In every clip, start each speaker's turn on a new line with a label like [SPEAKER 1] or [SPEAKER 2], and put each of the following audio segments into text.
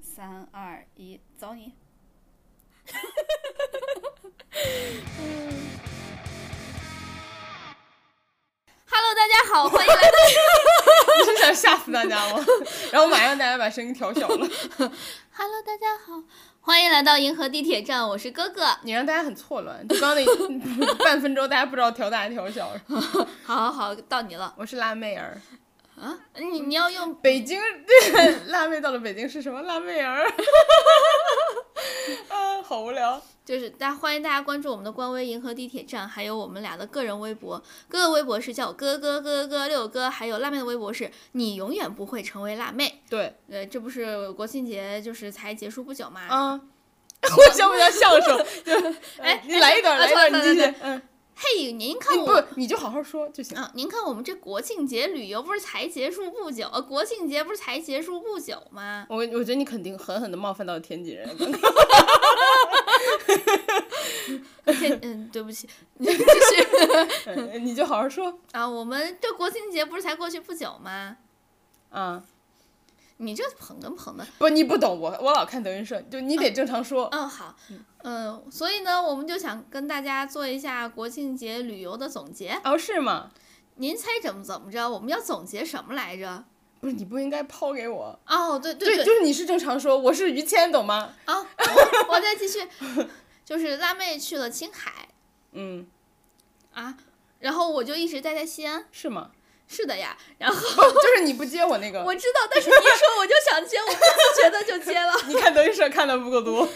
[SPEAKER 1] 三二一，走你！Hello，大家 好，欢迎来到
[SPEAKER 2] 你是想 吓死大家吗？然后马上大家把声音调小了，
[SPEAKER 1] Hello，大家好，欢迎来到银河地铁站，我是哥哥。
[SPEAKER 2] 你让大家很错乱。就刚刚那 半分钟，大家不知道调大调小。
[SPEAKER 1] 好好好，到你了
[SPEAKER 2] 我是辣妹儿，
[SPEAKER 1] 啊！你你要用
[SPEAKER 2] 北京 对辣妹到了北京是什么辣妹儿？ 啊，好无聊。
[SPEAKER 1] 就是大家欢迎大家关注我们的官微“银河地铁站”，还有我们俩的个人微博。哥哥微博是叫我哥哥哥哥哥六哥，还有辣妹的微博是“你永远不会成为辣妹
[SPEAKER 2] 对，”。
[SPEAKER 1] 呃，这不是国庆节就是才结束不久嘛？
[SPEAKER 2] 啊， 我想不想相声？ 就
[SPEAKER 1] 哎
[SPEAKER 2] 你来一段，
[SPEAKER 1] 哎
[SPEAKER 2] 来一段，
[SPEAKER 1] 啊
[SPEAKER 2] 你
[SPEAKER 1] 对
[SPEAKER 2] 继
[SPEAKER 1] 对
[SPEAKER 2] 续。嗯，
[SPEAKER 1] 嘿，您看
[SPEAKER 2] 你
[SPEAKER 1] 我。
[SPEAKER 2] 不，你就好好说就行。
[SPEAKER 1] 啊，您看我们这国庆节旅游不是才结束不久，呃，国庆节不是才结束不久吗？
[SPEAKER 2] 我我觉得你肯定狠狠的冒犯到了天津人。
[SPEAKER 1] 天，嗯，对不起， 就是
[SPEAKER 2] 嗯你就好好说
[SPEAKER 1] 啊，我们这国庆节不是才过去不久吗？
[SPEAKER 2] 啊！
[SPEAKER 1] 你这捧跟捧的，
[SPEAKER 2] 不，你不懂我，我老看德云社，就你得正常说。
[SPEAKER 1] 嗯，好，嗯，所以呢，我们就想跟大家做一下国庆节旅游的总结。
[SPEAKER 2] 哦，是吗？
[SPEAKER 1] 您猜怎么怎么着？我们要总结什么来着？
[SPEAKER 2] 不是，你不应该抛给我。
[SPEAKER 1] 哦，对对对，
[SPEAKER 2] 就是你是正常说，我是于谦，懂吗？
[SPEAKER 1] 啊、我我再继续， 就是辣妹去了青海
[SPEAKER 2] 嗯，
[SPEAKER 1] 啊，然后我就一直待在西安。
[SPEAKER 2] 是吗？
[SPEAKER 1] 是的呀，然后。
[SPEAKER 2] 不，就是你不接我那个。
[SPEAKER 1] 我知道，但是你一说我就想接，我不自觉的就接了。
[SPEAKER 2] 你看德云社看的不够多。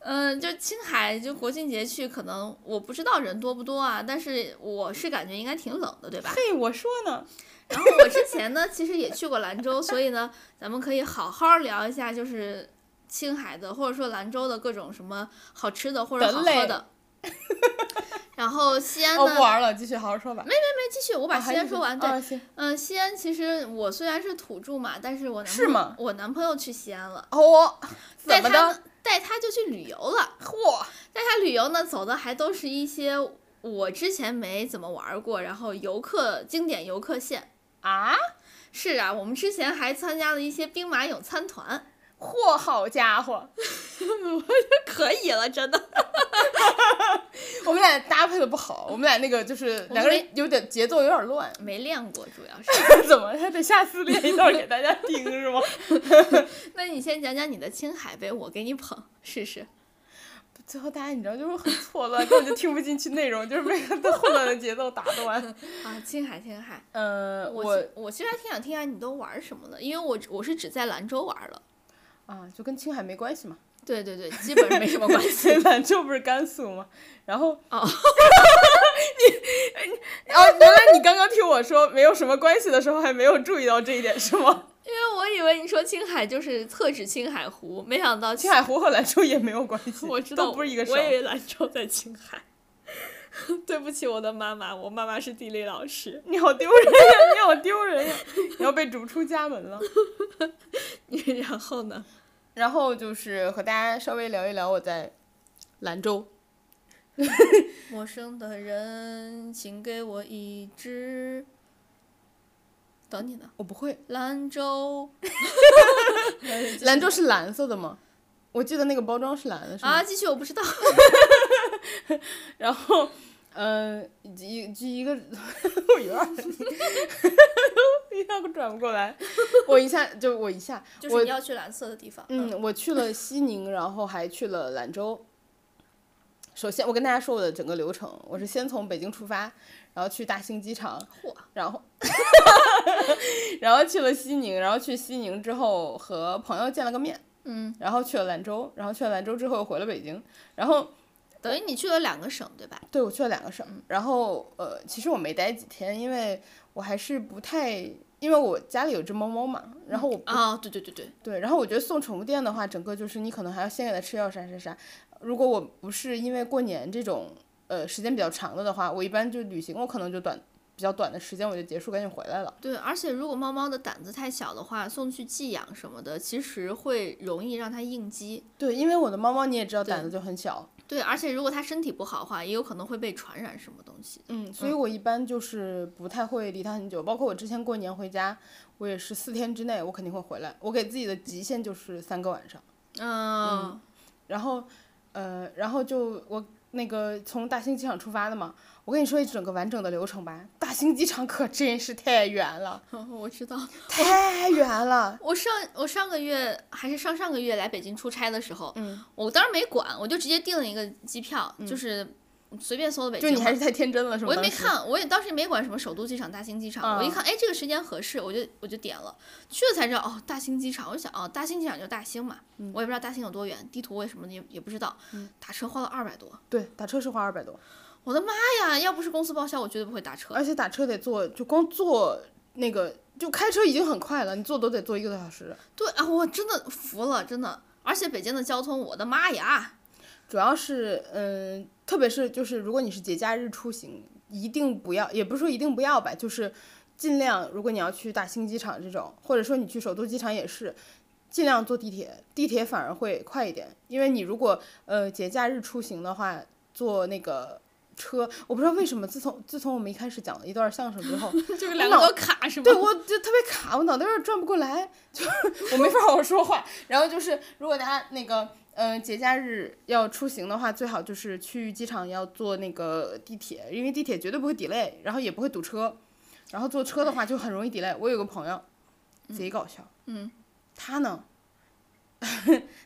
[SPEAKER 1] 嗯，就青海，就国庆节去，可能我不知道人多不多啊，但是我是感觉应该挺冷的，对吧？
[SPEAKER 2] 嘿，我说呢，
[SPEAKER 1] 然后我之前呢，其实也去过兰州，所以呢，咱们可以好好聊一下，就是青海的或者说兰州的各种什么好吃的或者好喝的。然后西安
[SPEAKER 2] 哦，
[SPEAKER 1] 呢，
[SPEAKER 2] 不玩了，继续好好说吧。没
[SPEAKER 1] 那继续我把西安说完。对，
[SPEAKER 2] 哦、行。
[SPEAKER 1] 嗯，西安其实我虽然是土著嘛，但是我男
[SPEAKER 2] 是
[SPEAKER 1] 朋友
[SPEAKER 2] 吗
[SPEAKER 1] 我男朋友去西安了，
[SPEAKER 2] 哦，
[SPEAKER 1] 带
[SPEAKER 2] 怎么
[SPEAKER 1] 他
[SPEAKER 2] 的？
[SPEAKER 1] 呢带他就去旅游了。
[SPEAKER 2] 嚯，
[SPEAKER 1] 带他旅游呢，走的还都是一些我之前没怎么玩过，然后游客经典游客线。
[SPEAKER 2] 啊！
[SPEAKER 1] 是啊，我们之前还参加了一些兵马俑参团，
[SPEAKER 2] 嚯，好家伙，
[SPEAKER 1] 可以了，真的。
[SPEAKER 2] 我们俩搭配的不好，我们俩那个就是两个人有点节奏有点乱，
[SPEAKER 1] 没练过，主 要是。
[SPEAKER 2] 怎么还得下次练一段给大家 听是吗？
[SPEAKER 1] 那你先讲讲你的青海呗，我给你捧试试。
[SPEAKER 2] 最后大家你知道就是很错乱，根本就听不进去内容，就是被他混乱的节奏打断。
[SPEAKER 1] 啊，青海，青海，
[SPEAKER 2] 呃，
[SPEAKER 1] 我其我其实还挺想听下你都玩什么的，因为我我是只在兰州玩了。
[SPEAKER 2] 啊，就跟青海没关系嘛，
[SPEAKER 1] 对对对，基本上没什么关 系。
[SPEAKER 2] 兰州不是甘肃吗？然后
[SPEAKER 1] 哦
[SPEAKER 2] 你哦，原来你刚刚听我说没有什么关系的时候，还没有注意到这一点是吗？
[SPEAKER 1] 因为我以为你说青海就是特指青海湖，没想到
[SPEAKER 2] 青海湖和兰州也没有关 系，
[SPEAKER 1] 我知道，
[SPEAKER 2] 都不是一个省
[SPEAKER 1] 我以。为兰州在青海。 对不起，我的妈妈，我妈妈是地理老师。
[SPEAKER 2] 你好丢人呀！你好丢人呀！ 你要被逐出家门了。
[SPEAKER 1] 然后呢？
[SPEAKER 2] 然后就是和大家稍微聊一聊我在兰州
[SPEAKER 1] 陌生的人，请给我一支。等你呢，
[SPEAKER 2] 我不会。
[SPEAKER 1] 兰州
[SPEAKER 2] 兰州是蓝色的吗？我记得那个包装是蓝的，是吗？
[SPEAKER 1] 啊，继续，我不知道。
[SPEAKER 2] 然后，嗯、一一一个，我有点儿一下我转不过来，我一下就我一下，
[SPEAKER 1] 就是
[SPEAKER 2] 我
[SPEAKER 1] 你要去蓝色的地方。
[SPEAKER 2] 嗯，我去了西宁，然后还去了兰州。首先，我跟大家说我的整个流程，我是先从北京出发，然后去大兴机场，
[SPEAKER 1] 嚯
[SPEAKER 2] 然后， 然后去了西宁，然后去西宁之后和朋友见了个面，
[SPEAKER 1] 嗯，
[SPEAKER 2] 然后去了兰州，然后去了兰州之后又回了北京，然后
[SPEAKER 1] 等于你去了两个省，对吧？
[SPEAKER 2] 对，我去了两个省，然后呃，其实我没待几天，因为我还是不太，因为我家里有只猫猫嘛，然后我、
[SPEAKER 1] 啊，对对对对，
[SPEAKER 2] 对，然后我觉得送宠物店的话，整个就是你可能还要先给它吃药啥啥啥。如果我不是因为过年这种呃时间比较长的的话，我一般就旅行，我可能就短比较短的时间我就结束，赶紧回来了。
[SPEAKER 1] 对，而且如果猫猫的胆子太小的话，送去寄养什么的，其实会容易让它应激。
[SPEAKER 2] 对，因为我的猫猫你也知道胆子就很小，
[SPEAKER 1] 对，而且如果它身体不好的话，也有可能会被传染什么东西。
[SPEAKER 2] 嗯，所以我一般就是不太会离它很久。包括我之前过年回家，我也是四天之内我肯定会回来，我给自己的极限就是三个晚上。
[SPEAKER 1] 嗯，
[SPEAKER 2] 然后，呃，然后就我那个从大兴机场出发的嘛，我跟你说一整个完整的流程吧。大兴机场可真是太远了，
[SPEAKER 1] 我知道。
[SPEAKER 2] 太远了。
[SPEAKER 1] 我上我上个月还是上上个月来北京出差的时候，
[SPEAKER 2] 嗯
[SPEAKER 1] 我当时没管，我就直接订了一个机票，就是随便搜的北
[SPEAKER 2] 就
[SPEAKER 1] 京嘛。
[SPEAKER 2] 你还是太天真了，是吗？
[SPEAKER 1] 我也没
[SPEAKER 2] 当时。嗯
[SPEAKER 1] 看，我也当时也没管什么首都机场、大兴机场，我一看，哎，这个时间合适，我就我就点了，去了才知道，哦，大兴机场，我就想，哦，大兴机场就大兴嘛，
[SPEAKER 2] 嗯
[SPEAKER 1] 我也不知道大兴有多远，地图我也什么的也也不知道，打车花了二百多，
[SPEAKER 2] 对，打车是花二百多，
[SPEAKER 1] 我的妈呀，要不是公司报销，我绝对不会打车。
[SPEAKER 2] 而且打车得坐，就光坐那个，就开车已经很快了，你坐都得坐一个多小时。
[SPEAKER 1] 对啊，我真的服了，真的，而且北京的交通，我的妈 呀，
[SPEAKER 2] 主要是，嗯，特别是就是如果你是节假日出行，一定不要，也不是说一定不要吧，就是尽量，如果你要去大兴机场这种，或者说你去首都机场也是。尽量坐地铁，地铁反而会快一点，因为你如果呃节假日出行的话，坐那个车，我不知道为什么，自从自从我们一开始讲了一段相声之后，
[SPEAKER 1] 就是
[SPEAKER 2] 两
[SPEAKER 1] 两
[SPEAKER 2] 个
[SPEAKER 1] 个卡是吗？
[SPEAKER 2] 对，我就特别卡，我脑袋有点转不过来，就是我 没法好好说话。然后就是，如果大家那个，嗯、节假日要出行的话，最好就是去机场要坐那个地铁，因为地铁绝对不会 delay，然后也不会堵车。然后坐车的话就很容易 delay。我有个朋友，贼搞笑，哎嗯，他呢，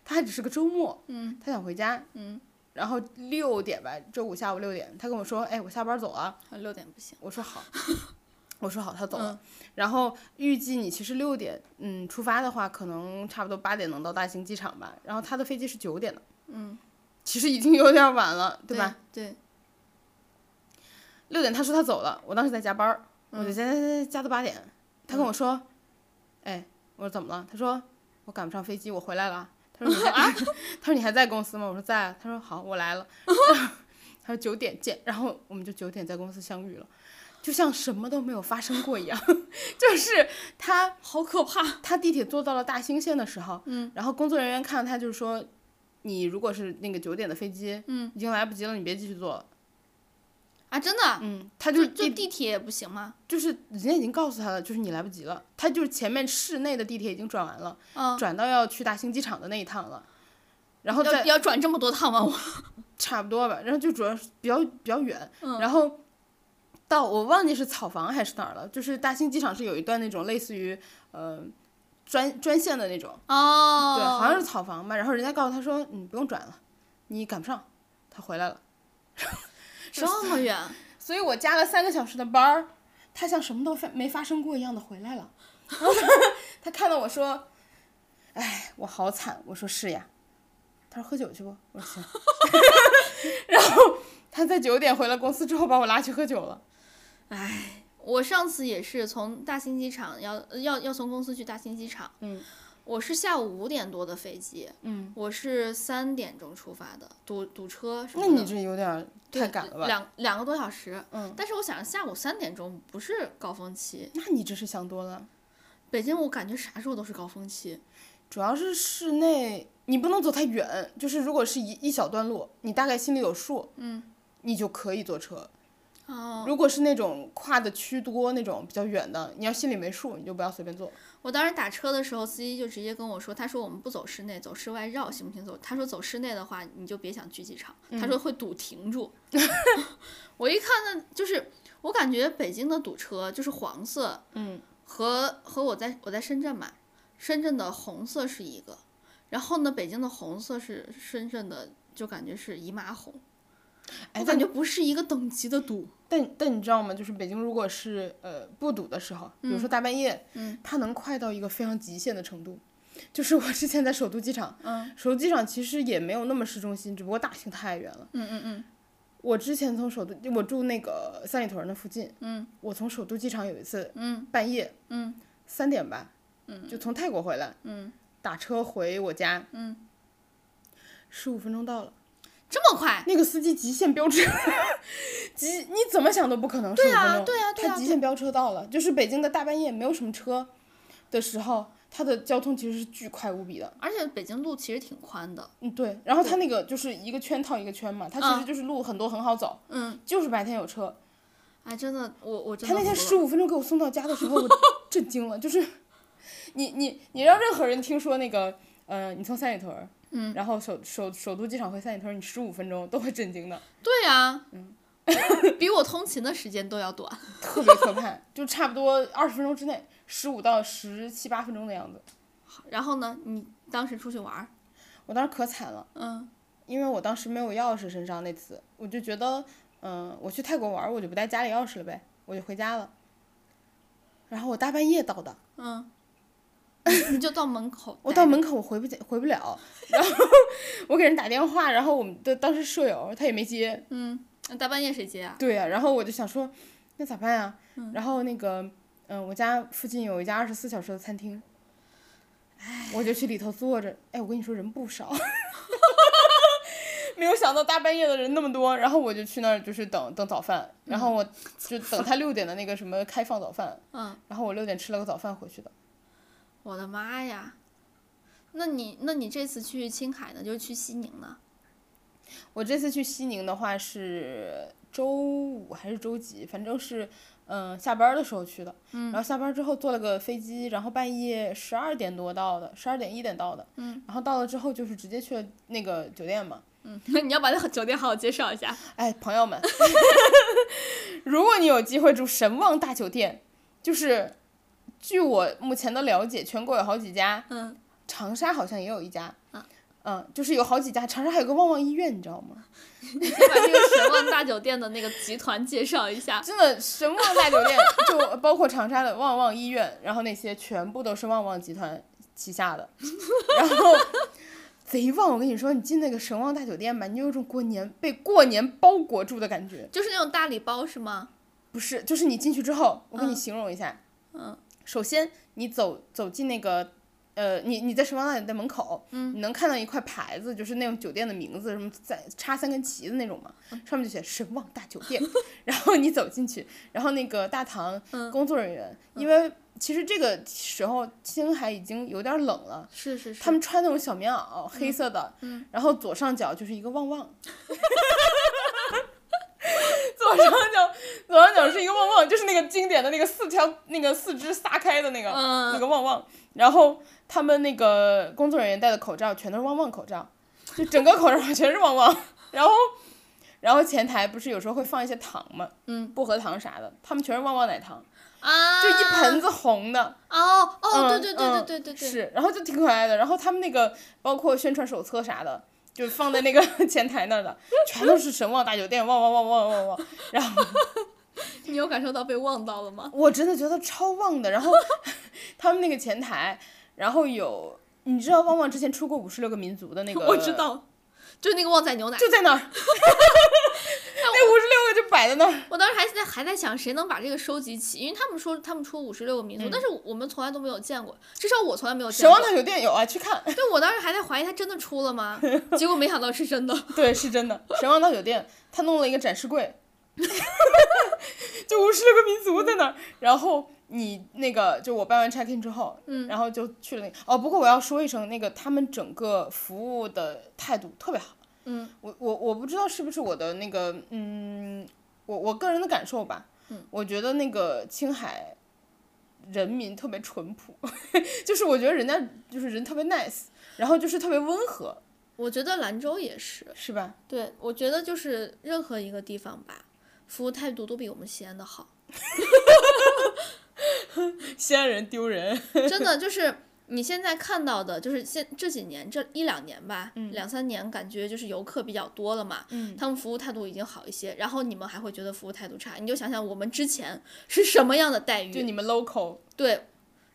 [SPEAKER 2] 他还只是个周末，嗯，他想回家，嗯。然后六点吧，周五下午六点，他跟我说：“哎，我下班走了。”
[SPEAKER 1] 啊六点不行，
[SPEAKER 2] 我说好，我说好，他走了。然后预计你其实六点，嗯，出发的话，可能差不多八点能到大兴机场吧。然后他的飞机是九点的，嗯，其实已经有点晚了，啊对吧？？
[SPEAKER 1] 对，
[SPEAKER 2] 六点他说他走了，我当时在加班儿，我
[SPEAKER 1] 嗯
[SPEAKER 2] 就加加加加到八点。他跟我说，哎，我说怎么了？他说我赶不上飞机，我回来了。他说你 还他说你还在公司吗？我说在啊。他说好，我来了。他说九点见，然后我们就九点在公司相遇了，就像什么都没有发生过一样。 就是他
[SPEAKER 1] 好可怕，
[SPEAKER 2] 他地铁坐到了大兴县的时候，嗯，然后工作人员看到他就是说，你如果是那个九点的飞机，嗯，已经来不及了，你别继续坐了。
[SPEAKER 1] 啊，真的，
[SPEAKER 2] 嗯，他就
[SPEAKER 1] 就
[SPEAKER 2] 一
[SPEAKER 1] 就地铁也不行吗？
[SPEAKER 2] 就是人家已经告诉他了，就是你来不及了。他就是前面市内的地铁已经转完了，
[SPEAKER 1] 嗯，
[SPEAKER 2] 转到要去大兴机场的那一趟了，然后
[SPEAKER 1] 要
[SPEAKER 2] 再
[SPEAKER 1] 要转这么多趟 吗？我
[SPEAKER 2] 差不多吧，然后就主要是比较比较远，
[SPEAKER 1] 嗯
[SPEAKER 2] 然后到我忘记是草房还是哪儿了，就是大兴机场是有一段那种类似于呃专专线的那种，
[SPEAKER 1] 哦，
[SPEAKER 2] 对，好像是草房吧。然后人家告诉他说嗯你不用转了，你赶不上，他回来了。
[SPEAKER 1] 这么远，
[SPEAKER 2] 所以我加了三个小时的班儿，他像什么都发没发生过一样的回来了。 然后他他看到我说：“哎，我好惨。”我说：“是呀。”他说：“喝酒去不？”我说：“行。” 然后他在九点回了公司之后，把我拉去喝酒了。
[SPEAKER 1] 我上次也是从大兴机场要要要从公司去大兴机场，
[SPEAKER 2] 嗯，
[SPEAKER 1] 我是下午五点多的飞机，嗯，我是三点钟出发的，堵堵车什么
[SPEAKER 2] 那
[SPEAKER 1] 的，
[SPEAKER 2] 你这有点儿太赶了吧？
[SPEAKER 1] 两两个多小时，嗯，但是我想下午三点钟不是高峰期，
[SPEAKER 2] 那你真是想多了。
[SPEAKER 1] 北京我感觉啥时候都是高峰期，
[SPEAKER 2] 主要是室内，你不能走太远，就是如果是一一小段路，你大概心里有数，嗯，你就可以坐车。
[SPEAKER 1] 哦，
[SPEAKER 2] 如果是那种跨的区多那种比较远的，你要心里没数，你就不要随便坐。
[SPEAKER 1] 我当时打车的时候，司机就直接跟我说，他说我们不走室内，走室外绕行不行？走，他说走室内的话，你就别想去机场，他
[SPEAKER 2] 嗯
[SPEAKER 1] 说会堵停住。 我一看呢，就是我感觉北京的堵车就是黄色，
[SPEAKER 2] 嗯，
[SPEAKER 1] 和和我在我在深圳嘛，深圳的红色是一个，然后呢，北京的红色是深圳的，就感觉是姨妈红，
[SPEAKER 2] 哎
[SPEAKER 1] 我感觉不是一个等级的堵。
[SPEAKER 2] 但但你知道吗？就是北京如果是呃不堵的时候，比如说大半夜，嗯，它能快到一个非常极限的程度。就是我之前在首都机场，嗯，首都机场其实也没有那么市中心，只不过大兴太远了。
[SPEAKER 1] 嗯嗯嗯，
[SPEAKER 2] 我之前从首都，我住那个三里屯那附近，嗯，我从首都机场有一次，嗯，半夜，嗯，三点吧，嗯，就从泰国回来，嗯，打车回我家，嗯，十五分钟到了，
[SPEAKER 1] 这么快？
[SPEAKER 2] 那个司机极限飙车，极你怎么想都不可能十五
[SPEAKER 1] 对
[SPEAKER 2] 分
[SPEAKER 1] 啊
[SPEAKER 2] 钟，
[SPEAKER 1] 对啊对啊
[SPEAKER 2] 他极限飙车到了，就是北京的大半夜没有什么车的时候，它的交通其实是巨快无比的，
[SPEAKER 1] 而且北京路其实挺宽的，
[SPEAKER 2] 嗯，对，然后它那个就是一个圈套一个圈嘛，它其实就是路很多很好走，
[SPEAKER 1] 嗯，
[SPEAKER 2] 就是白天有车，
[SPEAKER 1] 哎，真的，我我真
[SPEAKER 2] 他
[SPEAKER 1] 的
[SPEAKER 2] 那天
[SPEAKER 1] 服了
[SPEAKER 2] 十五分钟给我 送到家的时候，我震惊了，就是你你你让任何人听说那个呃，你从三里屯儿，嗯，然后首首首都机场回三里屯儿，你十五分钟都会震惊的，
[SPEAKER 1] 对呀、嗯，比我通勤的时间都要短。
[SPEAKER 2] 特别可怕，就差不多二十分钟之内，十五到十七八分钟的样子。
[SPEAKER 1] 然后呢，你当时出去玩儿，
[SPEAKER 2] 我当时可惨了，
[SPEAKER 1] 嗯，
[SPEAKER 2] 因为我当时没有钥匙身上，那次我就觉得，嗯、我去泰国玩儿，我就不带家里钥匙了呗，我就回家了。然后我大半夜到的，，
[SPEAKER 1] 嗯，你你就到门口
[SPEAKER 2] 我
[SPEAKER 1] 到
[SPEAKER 2] 到，门口我回不进回不了，然后 我给人打电话，然后我们的当时舍友他也没接，
[SPEAKER 1] 嗯，那大半夜谁接啊？
[SPEAKER 2] 对呀、然后我就想说，那咋办呀？然后那个，嗯、我家附近有一家二十四小时的餐厅，我就去里头坐着。哎，我跟你说人不少， 没有想到大半夜的人那么多。然后我就去那儿就是等等早饭，然后我就等他六点的那个什么开放早饭。
[SPEAKER 1] 嗯，
[SPEAKER 2] 然后我六点吃了个早饭回去的。
[SPEAKER 1] 我的妈呀！那你那你这次去青海呢，就是去西宁呢？
[SPEAKER 2] 我这次去西宁的话是周五还是周几，反正是嗯、下班儿的时候去的，然后下班儿之后坐了个飞机，然后半夜十二点多到的，十二点一点到的，然后到了之后就是直接去了那个酒店嘛。
[SPEAKER 1] 嗯， 你要把那个酒店好好介绍一下。
[SPEAKER 2] 哎，朋友们， 如果你有机会住神旺大酒店，就是据我目前的了解，全国有好几家，
[SPEAKER 1] 嗯，
[SPEAKER 2] 长沙好像也有一家，嗯，就是有好几家，长沙还有个旺旺医院，你知道吗？
[SPEAKER 1] 你先把这个神旺大酒店的那个集团介绍一下。
[SPEAKER 2] 真的神旺大酒店，就包括长沙的旺旺医院，然后那些全部都是旺旺集团旗下的， 然后贼旺。我跟你说，你进那个神旺大酒店吧，你就有种过年被过年包裹住的感觉。
[SPEAKER 1] 就是那种大礼包是吗？
[SPEAKER 2] 不是，就是你进去之后，我给你形容一下。
[SPEAKER 1] 嗯
[SPEAKER 2] 首先你走走进那个。呃，你你在神旺大酒店门口，嗯，你能看到一块牌子，就是那种酒店的名字，什么在插三根旗子那种嘛，上面就写神旺大酒店。 然后你走进去，然后那个大堂工作人员，因为其实这个时候青海已经有点冷了，
[SPEAKER 1] 是是是。
[SPEAKER 2] 他们穿那种小棉袄，黑色的，然后左上角就是一个旺旺， 左上角左上角是一个旺旺，就是那个经典的那个四条那个四肢撒开的那个、
[SPEAKER 1] 嗯
[SPEAKER 2] 那个旺旺，然后他们那个工作人员戴的口罩全都是旺旺口罩，就整个口罩全是旺旺， 然后。然后前台不是有时候会放一些糖嘛，
[SPEAKER 1] 嗯，
[SPEAKER 2] 薄荷糖啥的，他们全是旺旺奶糖，
[SPEAKER 1] 啊，
[SPEAKER 2] 就一盆子红的，
[SPEAKER 1] 哦哦，对对
[SPEAKER 2] 嗯
[SPEAKER 1] 对对
[SPEAKER 2] 嗯
[SPEAKER 1] 对对对，
[SPEAKER 2] 是，然后就挺可爱的。然后他们那个包括宣传手册啥的，就放在那个 前台那儿的，全都是神旺大酒店，旺旺旺旺旺旺。然后
[SPEAKER 1] 你有感受到被忘到了吗？
[SPEAKER 2] 我真的觉得超旺的。然 后他们那个前台，然后有你知道旺旺之前出过五十六个民族的那个，
[SPEAKER 1] 我知，道，就那个旺仔牛奶，
[SPEAKER 2] 呃就在那 儿，那五十六个就摆在那儿。
[SPEAKER 1] 我当时还在还在想谁能把这个收集齐，因为他们说他们出五十六个民族，但是我们从来都没有见过，至少我从来没有见
[SPEAKER 2] 神
[SPEAKER 1] 过
[SPEAKER 2] 旺。大酒店有啊，去看，
[SPEAKER 1] 对，我当时还在怀疑他真的出了吗？ 结果没想到是真的。
[SPEAKER 2] 对，是真的。神旺大酒店他弄了一个展示柜，就五十六个民族在那儿，然后。你那个就我办完 check in 之后，
[SPEAKER 1] 嗯，
[SPEAKER 2] 然后就去了那个哦，不过我要说一声，那个他们整个服务的态度特别好。
[SPEAKER 1] 嗯，
[SPEAKER 2] 我我我不知道是不是我的那个嗯，我我个人的感受吧。
[SPEAKER 1] 嗯，
[SPEAKER 2] 我觉得那个青海人民特别淳朴， 就是我觉得人家就是人特别 nice，然后就是特别温和，
[SPEAKER 1] 我觉得兰州也是，
[SPEAKER 2] 是吧？
[SPEAKER 1] 对我觉得就是任何一个地方吧，服务态度都比我们西安的好。
[SPEAKER 2] 西安人丢人。
[SPEAKER 1] 真的就是你现在看到的，就是现这几年这一两年吧，两三年感觉就是游客比较多了嘛，
[SPEAKER 2] 嗯
[SPEAKER 1] 他们服务态度已经好一些，然后你们还会觉得服务态度差，你就想想我们之前 是什么样的待
[SPEAKER 2] 就
[SPEAKER 1] 遇，
[SPEAKER 2] 你们 local
[SPEAKER 1] 对，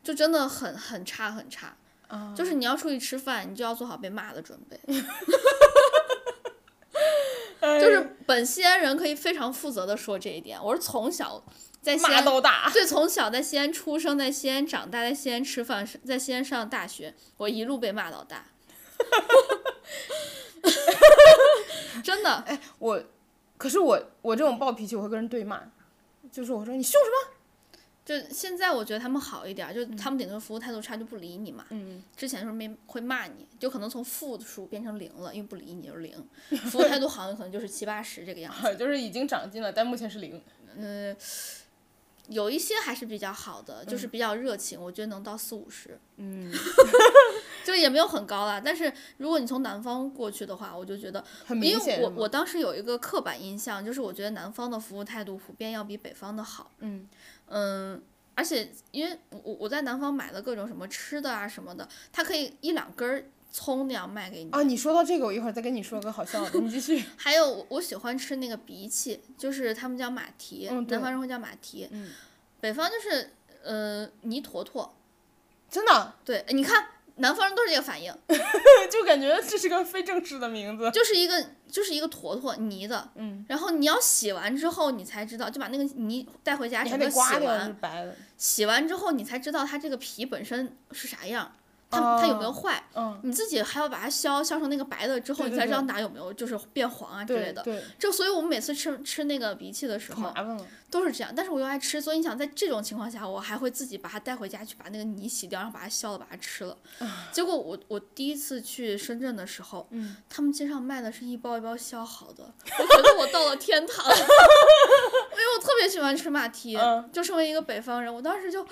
[SPEAKER 1] 就真的很很差很差。
[SPEAKER 2] 啊，
[SPEAKER 1] 就是你要出去吃饭，你就要做好被骂的准备。
[SPEAKER 2] 哎
[SPEAKER 1] 就是本西安人可以非常负责的说这一点，我是从小在西
[SPEAKER 2] 骂
[SPEAKER 1] 安
[SPEAKER 2] 到 大。
[SPEAKER 1] 最从小在西安出生，在西安长大，在西安吃饭，在西安上大学，我一路被骂到大。 真的，
[SPEAKER 2] 哎，我，可是我我这种暴脾气，我会跟人对骂，就是我说你凶什么？
[SPEAKER 1] 就现在我觉得他们好一点儿，就他们顶多服务态度差就不理你嘛。
[SPEAKER 2] 嗯。
[SPEAKER 1] 之前的时候没会骂你，就可能从负数变成零了，因为不理你就是零。服务态度好，可能就是七八十这个样子。
[SPEAKER 2] 就是已经长进了，但目前是零。
[SPEAKER 1] 嗯，有
[SPEAKER 2] 嗯
[SPEAKER 1] 一些还是比较好的，就是比较热情，我觉得能到四五十。
[SPEAKER 2] 嗯，
[SPEAKER 1] 就也没有很高啦。但是如果你从南方过去的话，我就觉得，
[SPEAKER 2] 很
[SPEAKER 1] 因
[SPEAKER 2] 明
[SPEAKER 1] 为
[SPEAKER 2] 显
[SPEAKER 1] 我
[SPEAKER 2] 是吗
[SPEAKER 1] 我当时有一个刻板印象，就是我觉得南方的服务态度普遍要比北方的好。
[SPEAKER 2] 嗯
[SPEAKER 1] 嗯，而且因为我我我在南方买的各种什么吃的啊什么的，它可以一两根儿葱那样卖给你。
[SPEAKER 2] 啊，你说到这个，我一会儿再跟你说个好笑 的，你继续。
[SPEAKER 1] 还有我我喜欢吃那个荸荠，就是他们叫马蹄，
[SPEAKER 2] 嗯对
[SPEAKER 1] 南方人会叫马蹄，
[SPEAKER 2] 嗯
[SPEAKER 1] 北方就是呃泥坨坨。
[SPEAKER 2] 真的
[SPEAKER 1] 对，你看南方人都是这个反应，
[SPEAKER 2] 就感觉这是个非正式的名字。
[SPEAKER 1] 就是一个就是一个坨坨泥的，
[SPEAKER 2] 嗯，
[SPEAKER 1] 然后你要洗完之后你才知道，就把那个泥带回家
[SPEAKER 2] 你
[SPEAKER 1] 整个
[SPEAKER 2] 还得
[SPEAKER 1] 洗
[SPEAKER 2] 刮掉是
[SPEAKER 1] 完，
[SPEAKER 2] 白的。
[SPEAKER 1] 洗完之后你才知道它这个皮本身是啥样，它、
[SPEAKER 2] 哦
[SPEAKER 1] 它有没有坏，
[SPEAKER 2] 嗯，
[SPEAKER 1] 你自己还要把它削削成那个白的之后，
[SPEAKER 2] 对
[SPEAKER 1] 你
[SPEAKER 2] 对
[SPEAKER 1] 才知道
[SPEAKER 2] 对
[SPEAKER 1] 哪有没有就是变黄啊之类
[SPEAKER 2] 对
[SPEAKER 1] 的。
[SPEAKER 2] 对，
[SPEAKER 1] 就所以我们每次吃吃那个荸荠的时
[SPEAKER 2] 可
[SPEAKER 1] 候
[SPEAKER 2] 麻，烦了。
[SPEAKER 1] 都是这样，但是我又爱吃，所以你想在这种情况下，我还会自己把它带回家去把那个泥洗掉，然后把它削了，把它吃了。结果我我第一次去深圳的时候，
[SPEAKER 2] 啊嗯
[SPEAKER 1] 他们街上卖的是一包一包削好的，我觉得我到了 天堂，因为我特别喜欢吃马蹄，
[SPEAKER 2] 嗯
[SPEAKER 1] 就身为一个北方人，我当时就，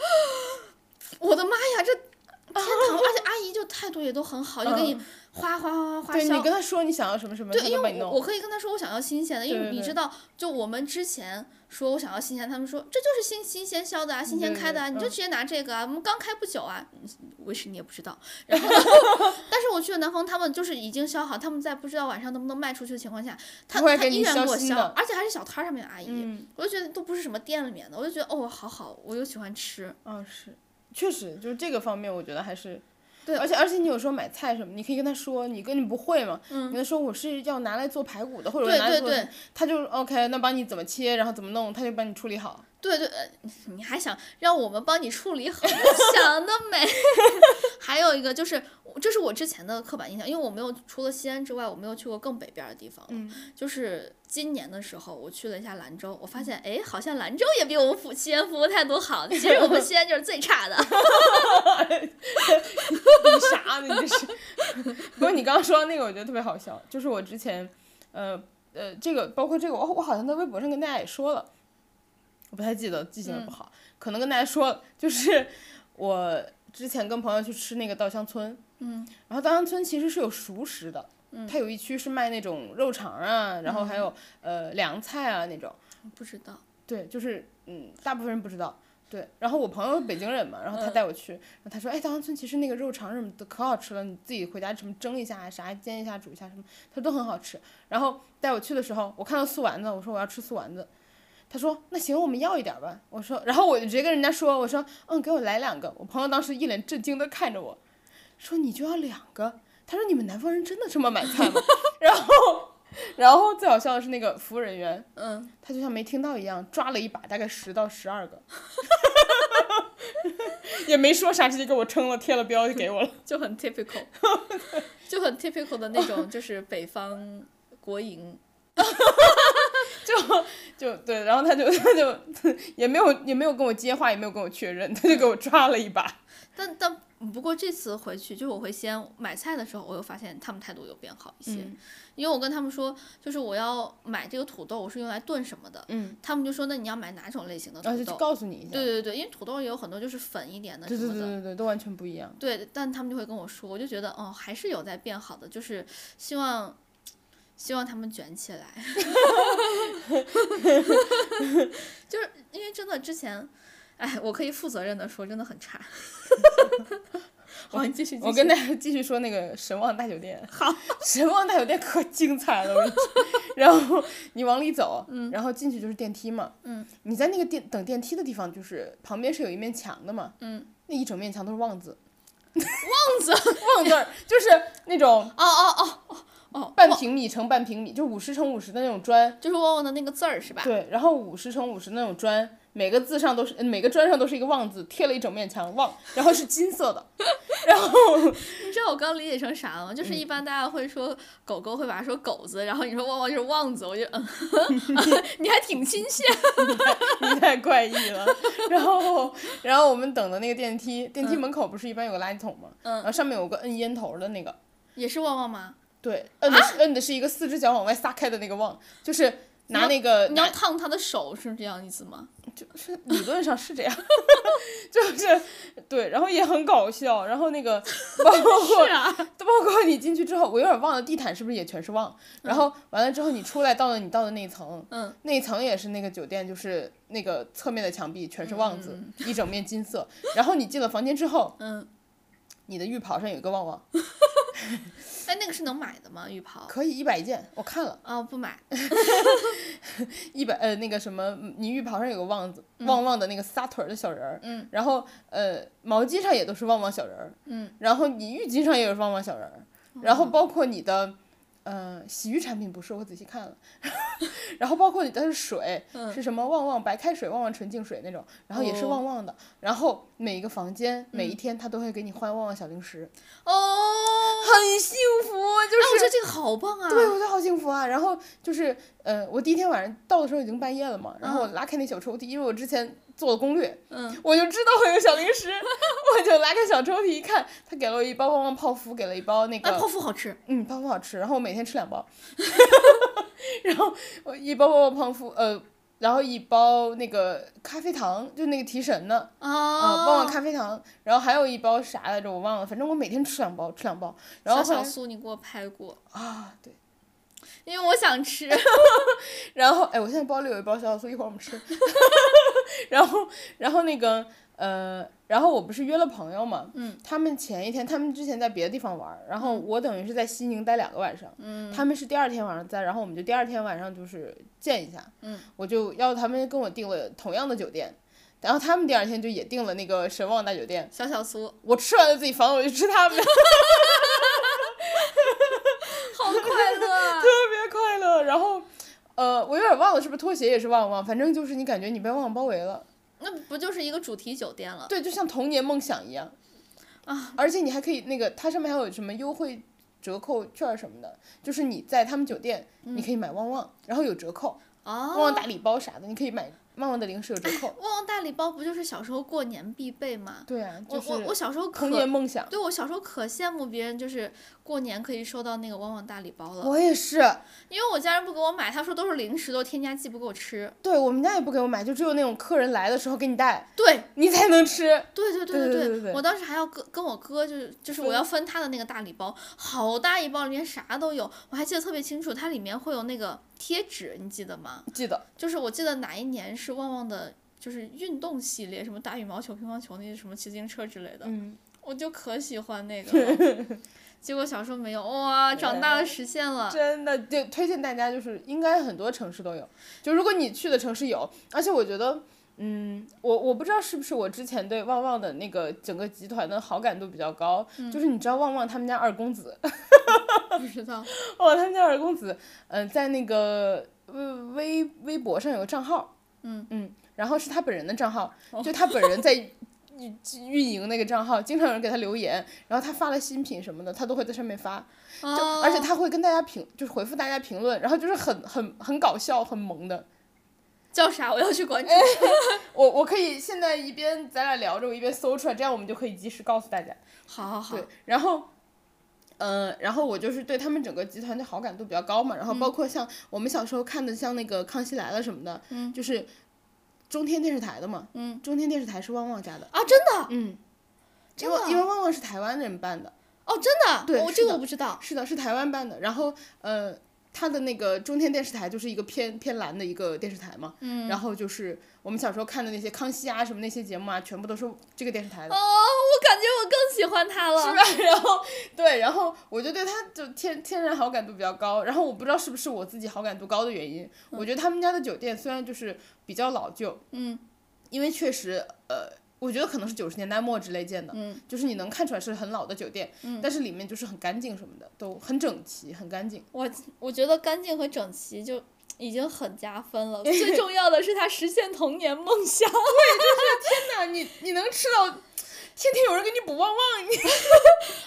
[SPEAKER 1] 我的妈呀，这天 堂！而且阿姨就态度也都很好，就给你
[SPEAKER 2] 嗯
[SPEAKER 1] 哗哗哗哗哗
[SPEAKER 2] 对
[SPEAKER 1] 削
[SPEAKER 2] 你。跟他说你想要什么什么，
[SPEAKER 1] 对，
[SPEAKER 2] 他
[SPEAKER 1] 因
[SPEAKER 2] 就帮你
[SPEAKER 1] 为我我
[SPEAKER 2] 弄。
[SPEAKER 1] 可以跟他说我想要新鲜的，因
[SPEAKER 2] 对
[SPEAKER 1] 为
[SPEAKER 2] 对
[SPEAKER 1] 你
[SPEAKER 2] 对
[SPEAKER 1] 知道，就我们之前说我想要新鲜，他们说这就是新新鲜削的啊，新鲜
[SPEAKER 2] 对对
[SPEAKER 1] 开的啊，
[SPEAKER 2] 对
[SPEAKER 1] 你就
[SPEAKER 2] 嗯
[SPEAKER 1] 直接拿这个啊，我们刚开不久啊，嗯我是你也不知道。然 后，但是我去了南方，他们就是已经削好，他们在不知道晚上能不能卖出去的情况下，他
[SPEAKER 2] 会
[SPEAKER 1] 他
[SPEAKER 2] 给
[SPEAKER 1] 依
[SPEAKER 2] 你
[SPEAKER 1] 然
[SPEAKER 2] 削
[SPEAKER 1] 给我
[SPEAKER 2] 新
[SPEAKER 1] 削
[SPEAKER 2] 的，
[SPEAKER 1] 而且还是小摊儿上面的阿姨，
[SPEAKER 2] 嗯
[SPEAKER 1] 我就觉得都不是什么店里面的，我就觉得哦，好好，我又喜欢吃，
[SPEAKER 2] 嗯是，确实就是这个方面，我觉得还是。
[SPEAKER 1] 对
[SPEAKER 2] 而且而且你有时候买菜什么，你可以跟他说，你跟你不会嘛，
[SPEAKER 1] 嗯
[SPEAKER 2] 你跟他说我是要拿来做排骨的，或者我
[SPEAKER 1] 对
[SPEAKER 2] 拿来
[SPEAKER 1] 对
[SPEAKER 2] 做
[SPEAKER 1] 对
[SPEAKER 2] 什么，他就 OK，那帮你怎么切，然后怎么弄，他就帮你处理好。
[SPEAKER 1] 对对，呃，你还想让我们帮你处理 好，想得美。 还有一个就是，这是我之前的刻板印象，因为我没有除了西安之外，我没有去过更北边的地方了。
[SPEAKER 2] 嗯
[SPEAKER 1] 就是今年的时候，我去了一下兰州，我发现，哎，好像兰州也比我们服西安服务态度好。其实我们西安就是最差的。
[SPEAKER 2] 你啥呢？你这是？ 不过你刚刚说到那个，我觉得特别好笑，就是我之前，呃呃，这个包括这个，我我好像在微博上跟大家也说了，我不太记得，记性也不好，可能跟大家说了，就是我之前跟朋友去吃那个稻香村，
[SPEAKER 1] 嗯，
[SPEAKER 2] 然后稻香村其实是有熟食的。它有一区是卖那种肉肠啊，然后还有、呃凉菜啊那种，
[SPEAKER 1] 不知道，
[SPEAKER 2] 对，就是嗯，大部分人不知道。对，然后我朋友北京人嘛，然后他
[SPEAKER 1] 嗯
[SPEAKER 2] 带我去，然后他说，哎，稻香村其实那个肉肠什么的可好吃了，你自己回家什么蒸一下、啊啥煎一下、煮一下什么，他都很好吃。然后带我去的时候，我看到素丸子，我说我要吃素丸子，他说那行，我们要一点吧。我说，然后我就直接跟人家说，我说，嗯，给我来两个。我朋友当时一脸震惊的看着我，说你就要两个？他说你们南方人真的这么买菜吗？ 然后，然后最好笑的是那个服务人员，
[SPEAKER 1] 嗯，
[SPEAKER 2] 他就像没听到一样，抓了一把，大概十到十二个，也没说啥，直接给我称了，贴了标就给我了。
[SPEAKER 1] 就很 typical，就很 typical 的那种，就是北方国营。
[SPEAKER 2] 就对，然后他就他就也没有也没有跟我接话，也没有跟我确认，他就给我抓了一把。
[SPEAKER 1] 但但不过这次回去，就是我回西安买菜的时候，我又发现他们态度有变好一些，
[SPEAKER 2] 嗯
[SPEAKER 1] 因为我跟他们说，就是我要买这个土豆，我是用来炖什么的，
[SPEAKER 2] 嗯，
[SPEAKER 1] 他们就说那你要买哪种类型的
[SPEAKER 2] 然
[SPEAKER 1] 土
[SPEAKER 2] 后就
[SPEAKER 1] 豆？
[SPEAKER 2] 告诉你一下。
[SPEAKER 1] 对对对，因为土豆也有很多就是粉一点的什
[SPEAKER 2] 对对
[SPEAKER 1] 么
[SPEAKER 2] 对
[SPEAKER 1] 的。
[SPEAKER 2] 对对，都完全不一样。
[SPEAKER 1] 对，但他们就会跟我说，我就觉得哦，还是有在变好的，就是希望，希望他们卷起来， 就是因为真的之前，哎，我可以负责任的说，真的很差。 好，你继续，继续
[SPEAKER 2] 我跟大家继续说那个神旺大酒店。 好， 神旺大酒店可精彩了，我跟你说 然后你往里走，然后进去就是电梯嘛，
[SPEAKER 1] 嗯，
[SPEAKER 2] 你在那个电等电梯的地方，就是旁边是有一面墙的嘛，
[SPEAKER 1] 嗯，
[SPEAKER 2] 那一整面墙都是 旺字。旺字， 旺字儿就是那种
[SPEAKER 1] 哦哦哦哦，
[SPEAKER 2] 半
[SPEAKER 1] 旺
[SPEAKER 2] 平米乘半平米，就五十乘五十的那种砖，
[SPEAKER 1] 就是旺旺的那个字儿是吧？
[SPEAKER 2] 对，然后五十乘五十那种砖，每个字上都是呃每个砖上都是一个旺字，贴了一整面墙旺，然后是金色的，
[SPEAKER 1] 你知道我刚理解成啥了吗？
[SPEAKER 2] 嗯
[SPEAKER 1] 就是一般大家会说狗狗会把它说狗子，然后你说旺旺就是旺子，我 就 嗯，你还挺亲切。
[SPEAKER 2] 你太怪异 了。然后，然后我们等的那个电梯，电梯门口不是一般有个垃圾桶吗？
[SPEAKER 1] 嗯
[SPEAKER 2] 然后上面有个摁烟头的那个，
[SPEAKER 1] 也是旺旺吗？啊
[SPEAKER 2] 对，摁的是、摁的是一个四只脚往外撒开的那个望，就是拿那个
[SPEAKER 1] 你要烫他的手是这样意思吗？
[SPEAKER 2] 就是理论上是这样， 就是对，然后也很搞笑，然后那个 包括
[SPEAKER 1] 啊，
[SPEAKER 2] 包括你进去之后，我有点忘了地毯是不是也全是忘，然后完了之后你出来到了你到的那一层，
[SPEAKER 1] 嗯，
[SPEAKER 2] 那一层也是那个酒店，就是那个侧面的墙壁全是旺字，一整面金色，然后你进了房间之后，
[SPEAKER 1] 嗯，
[SPEAKER 2] 你的浴袍上有一个旺旺，
[SPEAKER 1] 哎，那个是能买的吗？浴袍？
[SPEAKER 2] 可以一百一件，我看了。
[SPEAKER 1] 哦，不买。
[SPEAKER 2] 一百呃那个什么，你浴袍上有个旺字，旺旺的那个撒腿儿的小人儿，
[SPEAKER 1] 嗯，
[SPEAKER 2] 然后呃毛巾上也都是旺旺小人儿，
[SPEAKER 1] 嗯，
[SPEAKER 2] 然后你浴巾上也有旺旺小人儿，
[SPEAKER 1] 哦
[SPEAKER 2] 然后包括你的呃洗浴产品不是，我仔 细看了，然后包括你的水、是什么旺旺白开水、旺旺纯净水那种，然后也是
[SPEAKER 1] 嗯哦嗯
[SPEAKER 2] 旺旺的，然后每一个房间、每一天他都会给你换旺旺小零食，
[SPEAKER 1] 哦，
[SPEAKER 2] 很幸福，就
[SPEAKER 1] 哎，我觉得这个好棒啊！
[SPEAKER 2] 对，我觉得好幸福啊！然后就是，呃，我第一天晚上到的时候已经半夜了嘛，然后我拉开那小抽屉，因为我之前做了攻略，
[SPEAKER 1] 嗯，
[SPEAKER 2] 我就知道会有小零食，我就拉开小抽屉一看，他给了我一包旺旺泡芙，给了一包那
[SPEAKER 1] 哎，泡
[SPEAKER 2] 个，
[SPEAKER 1] 芙好吃。
[SPEAKER 2] 嗯，泡芙好吃，然后我每天吃两包， 然后我一包旺旺泡芙，呃，然后一包那个咖啡糖，就那个提神的，啊，
[SPEAKER 1] 啊
[SPEAKER 2] 旺旺咖啡糖，然后还有一包啥来着我忘了，反正我每天吃两包，吃两包，然后
[SPEAKER 1] 小
[SPEAKER 2] 后
[SPEAKER 1] 小
[SPEAKER 2] 来
[SPEAKER 1] 苏，你给我拍过，
[SPEAKER 2] 啊，对。
[SPEAKER 1] 因为我想吃。
[SPEAKER 2] 然后，哎，我现在包里有一包小小酥，一会儿我们吃。 然后，然后那个，呃，然后我不是约了朋友嘛，
[SPEAKER 1] 嗯，
[SPEAKER 2] 他们前一天，他们之前在别的地方玩儿，然后我等于是在西宁待两个晚上，嗯，他们是第二天晚上在，然后我们就第二天晚上就是见一下，
[SPEAKER 1] 嗯，
[SPEAKER 2] 我就要他们跟我订了同样的酒店。然后他们第二天就也订了那个神旺大酒店，
[SPEAKER 1] 小小 苏，
[SPEAKER 2] 我吃完了自己房，我就吃他们 的，特
[SPEAKER 1] 好快乐啊。
[SPEAKER 2] 别快乐。然后，呃，我有点忘了是不是拖鞋也是旺旺，反正就是你感觉你被旺旺包围了。
[SPEAKER 1] 那不就是一个主题酒店了？
[SPEAKER 2] 对，就像童年梦想一样
[SPEAKER 1] 啊！
[SPEAKER 2] 而且你还可以那个，它上面还有什么优惠折扣券儿什么的，就是你在他们酒店，你可以买旺旺，然后有折扣，旺
[SPEAKER 1] 嗯哦，
[SPEAKER 2] 旺大礼包啥的，你可以买旺旺的零食有折 扣。
[SPEAKER 1] 旺旺大礼包不就是小时候过年必备吗？
[SPEAKER 2] 对啊，就
[SPEAKER 1] 我我我
[SPEAKER 2] 是
[SPEAKER 1] 小时候可
[SPEAKER 2] 童年梦想。
[SPEAKER 1] 对我小时候可羡慕别人，就是过年可以收到那个旺旺大礼包了，
[SPEAKER 2] 我也是，
[SPEAKER 1] 因为我家人不给我买，他说都是零食，都是添加剂，不给我吃。
[SPEAKER 2] 对我们家也不给我买，就只有那种客人来的时候给你带，
[SPEAKER 1] 对
[SPEAKER 2] 你才能吃。
[SPEAKER 1] 对对对
[SPEAKER 2] 对对
[SPEAKER 1] 对
[SPEAKER 2] 对对
[SPEAKER 1] 我当时还要跟跟我哥，就是就是我要分他的那个大礼包，好大一包，里面啥都有，我还记得特别清楚，它里面会有那个贴纸，你记得吗？
[SPEAKER 2] 记得
[SPEAKER 1] 就是我记得哪一年是旺旺的。就是运动系列，什么打羽毛球、乒乓球那些什么骑自行车之类的，
[SPEAKER 2] 嗯
[SPEAKER 1] 我就可喜欢那个了。结果小时候没有，哇，长大了实现了。
[SPEAKER 2] 真的就推荐大家，就是应该很多城市都有。就如果你去的城市有，而且我觉得，嗯，我我不知道是不是我之前对旺旺的那个整个集团的好感度比较高，就是你知道旺旺他们家二公子，
[SPEAKER 1] 不知道，
[SPEAKER 2] 哦，他们家二公子，嗯、在那个呃微微博上有个账号，
[SPEAKER 1] 嗯
[SPEAKER 2] 嗯，然后是他本人的账号，就他本人在运运营那个账号，经常有人给他留言，然后他发了新品什么的，他都会在上面发，就
[SPEAKER 1] 哦、
[SPEAKER 2] 而且他会跟大家评，就是回复大家评论，然后就是很很很搞笑、很萌的。
[SPEAKER 1] 叫啥？我要去
[SPEAKER 2] 哎
[SPEAKER 1] 关注。
[SPEAKER 2] 我我可以现在一边咱俩聊着，我一边搜出来，这样我们就可以及时告诉大家。
[SPEAKER 1] 好好好
[SPEAKER 2] 对，，然后。嗯，然后我就是对他们整个集团的好感度比较高嘛，
[SPEAKER 1] 嗯
[SPEAKER 2] 然后包括像我们小时候看的，像那个《康熙来了》什么的，
[SPEAKER 1] 嗯
[SPEAKER 2] 就是中天电视台的嘛，
[SPEAKER 1] 嗯，
[SPEAKER 2] 中天电视台是旺旺家的，
[SPEAKER 1] 啊，真的
[SPEAKER 2] 嗯，因
[SPEAKER 1] 真
[SPEAKER 2] 为
[SPEAKER 1] 的啊
[SPEAKER 2] 因为旺旺是台湾人办的，
[SPEAKER 1] 哦，真的，
[SPEAKER 2] 对
[SPEAKER 1] 我、
[SPEAKER 2] 是
[SPEAKER 1] 这
[SPEAKER 2] 的
[SPEAKER 1] 个我不知道。
[SPEAKER 2] 是的，是台湾办的。然后呃，它的那个中天电视台就是一个偏偏蓝的一个电视台嘛。
[SPEAKER 1] 嗯。
[SPEAKER 2] 然后就是我们小时候看的那些康熙啊什么那些节目啊，全部都是这个电视台的
[SPEAKER 1] 哦，。我感觉我更喜欢他了。
[SPEAKER 2] 是吧？然后对，然后我就对他就天天然好感度比较高。然后我不知道是不是我自己好感度高的原因，我觉得他们家的酒店虽然就是比较老旧，
[SPEAKER 1] 嗯
[SPEAKER 2] 因为确实呃，我觉得可能是九十年代末之类建的，
[SPEAKER 1] 嗯
[SPEAKER 2] 就是你能看出来是很老的酒店，
[SPEAKER 1] 嗯
[SPEAKER 2] 但是里面就是很干净什么的，都很整齐，很干净。
[SPEAKER 1] 我我觉得干净和整齐就已经很加分 了。最重要的是他实现童年梦想。
[SPEAKER 2] 那你你能吃到天天有人给你补旺旺，你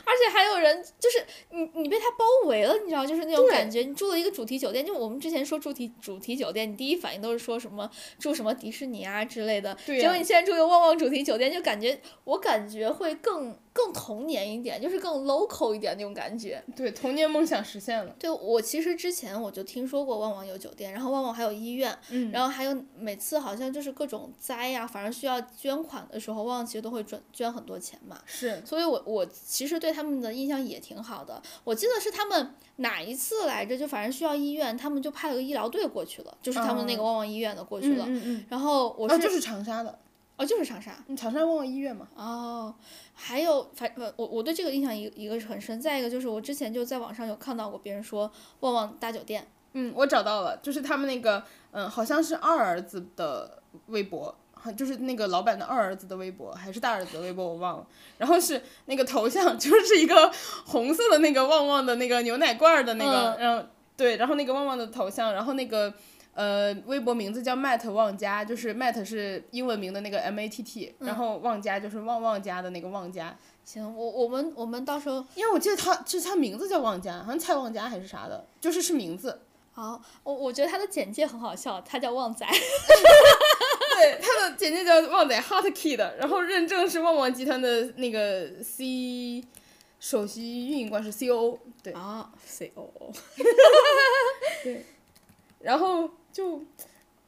[SPEAKER 1] 而且还有人，就是你你被他包围了，你知道，就是那种
[SPEAKER 2] 对
[SPEAKER 1] 感觉。你住了一个主题酒店，就我们之前说主题主题酒店，你第一反应都是说什么住什么迪士尼啊之类的。
[SPEAKER 2] 对
[SPEAKER 1] 结
[SPEAKER 2] 呀
[SPEAKER 1] 果你现在住一个旺旺主题酒店，就感觉我感觉会更更童年一点，就是更 local 一点那种感觉。
[SPEAKER 2] 对，童年梦想实现了。
[SPEAKER 1] 对我其实之前我就听说过旺旺有酒店，然后旺旺还有医院，
[SPEAKER 2] 嗯
[SPEAKER 1] 然后还有每次好像就是各种灾呀、反正需要捐款的时候，旺旺其实都会捐捐很多钱嘛。
[SPEAKER 2] 是
[SPEAKER 1] 所以我我其实对他们的印象也挺好的。我记得是他们哪一次来着，就反正需要医院，他们就派了个医疗队过去了，就是他们那个旺旺医院的过去了。
[SPEAKER 2] 哦嗯嗯
[SPEAKER 1] 然后我
[SPEAKER 2] 嗯，
[SPEAKER 1] 是、
[SPEAKER 2] 哦，就是长沙的，
[SPEAKER 1] 哦就是长沙，
[SPEAKER 2] 嗯长沙旺旺医院嘛，
[SPEAKER 1] 哦，还有反呃我我对这个印象一一个是很深，再一个就是我之前就在网上有看到过别人说旺旺大酒店，
[SPEAKER 2] 嗯，我找到了，就是他们那个，嗯，好像是二儿子的微博，好就是那个老板的二儿子的微博，还是大儿子的微博，我忘了。然后是那个头像， 就是一个红色的那个旺旺的那个牛奶罐儿的那个，
[SPEAKER 1] 嗯
[SPEAKER 2] 然后对，然后那个旺旺的头像，然后那个。呃，微博名字叫 Matt 旺家，就是 Matt 是英文名的那个 M A T T，、然后旺家就是旺旺家的那个旺家，
[SPEAKER 1] 行，我我们我们到时候
[SPEAKER 2] 因为我记得他就是他名字叫旺家，好像蔡旺家还是啥的，就是是名字，
[SPEAKER 1] 好，我我觉得他的简介很好笑，他叫旺 仔，
[SPEAKER 2] 对，他的简介叫旺仔 Hot Kid，然后认证是旺旺集团的那个 C 首席运营官是 COO，对
[SPEAKER 1] 啊，C O O，
[SPEAKER 2] 然后就，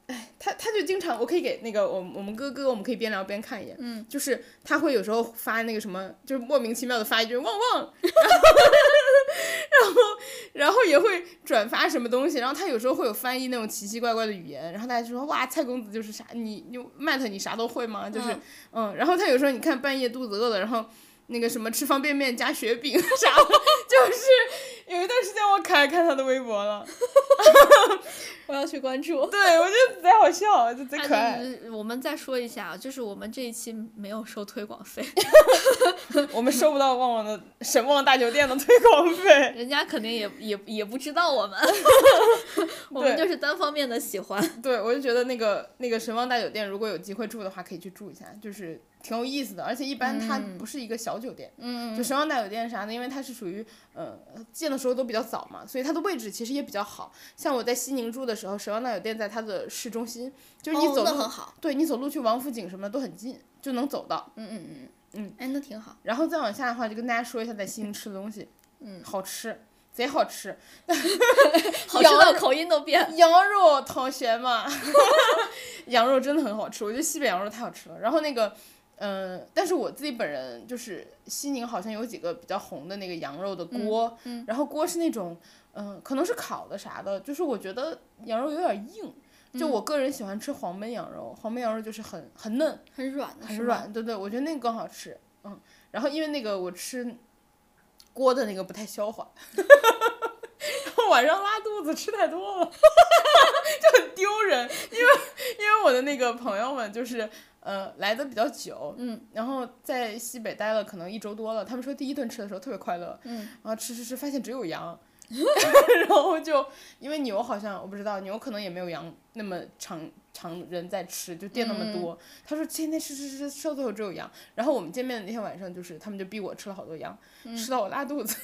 [SPEAKER 2] 哎，他他就经常，我可以给那个我们我们哥哥，我们可以边聊边看一眼，
[SPEAKER 1] 嗯，
[SPEAKER 2] 就是他会有时候发那个什么，就是莫名其妙的发一句旺旺，然后然后然后也会转发什么东西，然后他有时候会有翻译那种奇奇怪怪的语言，然后大家就说哇，蔡公子就是啥，你你 Matt 你啥都会吗？就是
[SPEAKER 1] 嗯
[SPEAKER 2] 嗯然后他有时候你看半夜肚子饿了，然后。那个什么吃方便面加雪饼 啥的，就是有一段时间我可爱看他的微博了，
[SPEAKER 1] 我要去关注。
[SPEAKER 2] 对，我觉得贼好笑，就贼可
[SPEAKER 1] 啊
[SPEAKER 2] 爱。
[SPEAKER 1] 就是我们再说一下，啊就是我们这一期没有收推广费，
[SPEAKER 2] 我们收不到旺旺的神旺大酒店的推广费，
[SPEAKER 1] 人家肯定也也也不知道我们， 我们
[SPEAKER 2] 对
[SPEAKER 1] 就是单方面的喜欢。
[SPEAKER 2] 对我就觉得那个那个神旺大酒店，如果有机会住的话，可以去住一下，就是挺有意思的。而且一般它不是一个小酒店，
[SPEAKER 1] 嗯
[SPEAKER 2] 就神旺大酒店啥的，因为它是属于呃建的时候都比较早嘛，所以它的位置其实也比较好。像我在西宁住的时候，神旺大酒店在它的市中心，就是你
[SPEAKER 1] 哦
[SPEAKER 2] 走
[SPEAKER 1] 那
[SPEAKER 2] 路，
[SPEAKER 1] 很好，
[SPEAKER 2] 对你走路去王府井什么的都很近，就能走到。
[SPEAKER 1] 嗯嗯嗯
[SPEAKER 2] 嗯，
[SPEAKER 1] 哎，那挺好。
[SPEAKER 2] 然后再往下的话，就跟大家说一下在西宁吃的东西，
[SPEAKER 1] 嗯，
[SPEAKER 2] 好吃，贼好吃。
[SPEAKER 1] 好吃
[SPEAKER 2] 羊
[SPEAKER 1] 到
[SPEAKER 2] 肉
[SPEAKER 1] 口音都变。
[SPEAKER 2] 羊肉，同学们， 羊肉真的很好吃，我觉得西北羊肉太好吃了。然后那个，嗯、但是我自己本人就是西宁好像有几个比较红的那个羊肉的锅，
[SPEAKER 1] 嗯
[SPEAKER 2] 然后锅是那种，嗯、可能是烤的啥的，就是我觉得羊肉有点硬。
[SPEAKER 1] 嗯
[SPEAKER 2] 就我个人喜欢吃黄焖羊肉，黄焖羊肉就是很很嫩，
[SPEAKER 1] 很软的，
[SPEAKER 2] 很
[SPEAKER 1] 是吗。
[SPEAKER 2] 软，对对，我觉得那个更好吃，嗯。然后因为那个我吃锅的那个不太消化，然后晚上拉肚子吃太多了， 就很丢人。因为因为我的那个朋友们就是呃来的比较久，
[SPEAKER 1] 嗯，
[SPEAKER 2] 然后在西北待了可能一周多了，他们说第一顿吃的时候特别快乐，
[SPEAKER 1] 嗯，
[SPEAKER 2] 然后吃吃吃发现只有 羊。 然后就因为牛好像我不知道，牛可能也没有羊那么常常人在吃，就店那
[SPEAKER 1] 嗯
[SPEAKER 2] 么多，他说天天吃吃吃吃到最后只有羊。然后我们见面的那天晚上，就是他们就逼我吃了好多羊，
[SPEAKER 1] 嗯
[SPEAKER 2] 吃到我拉肚子。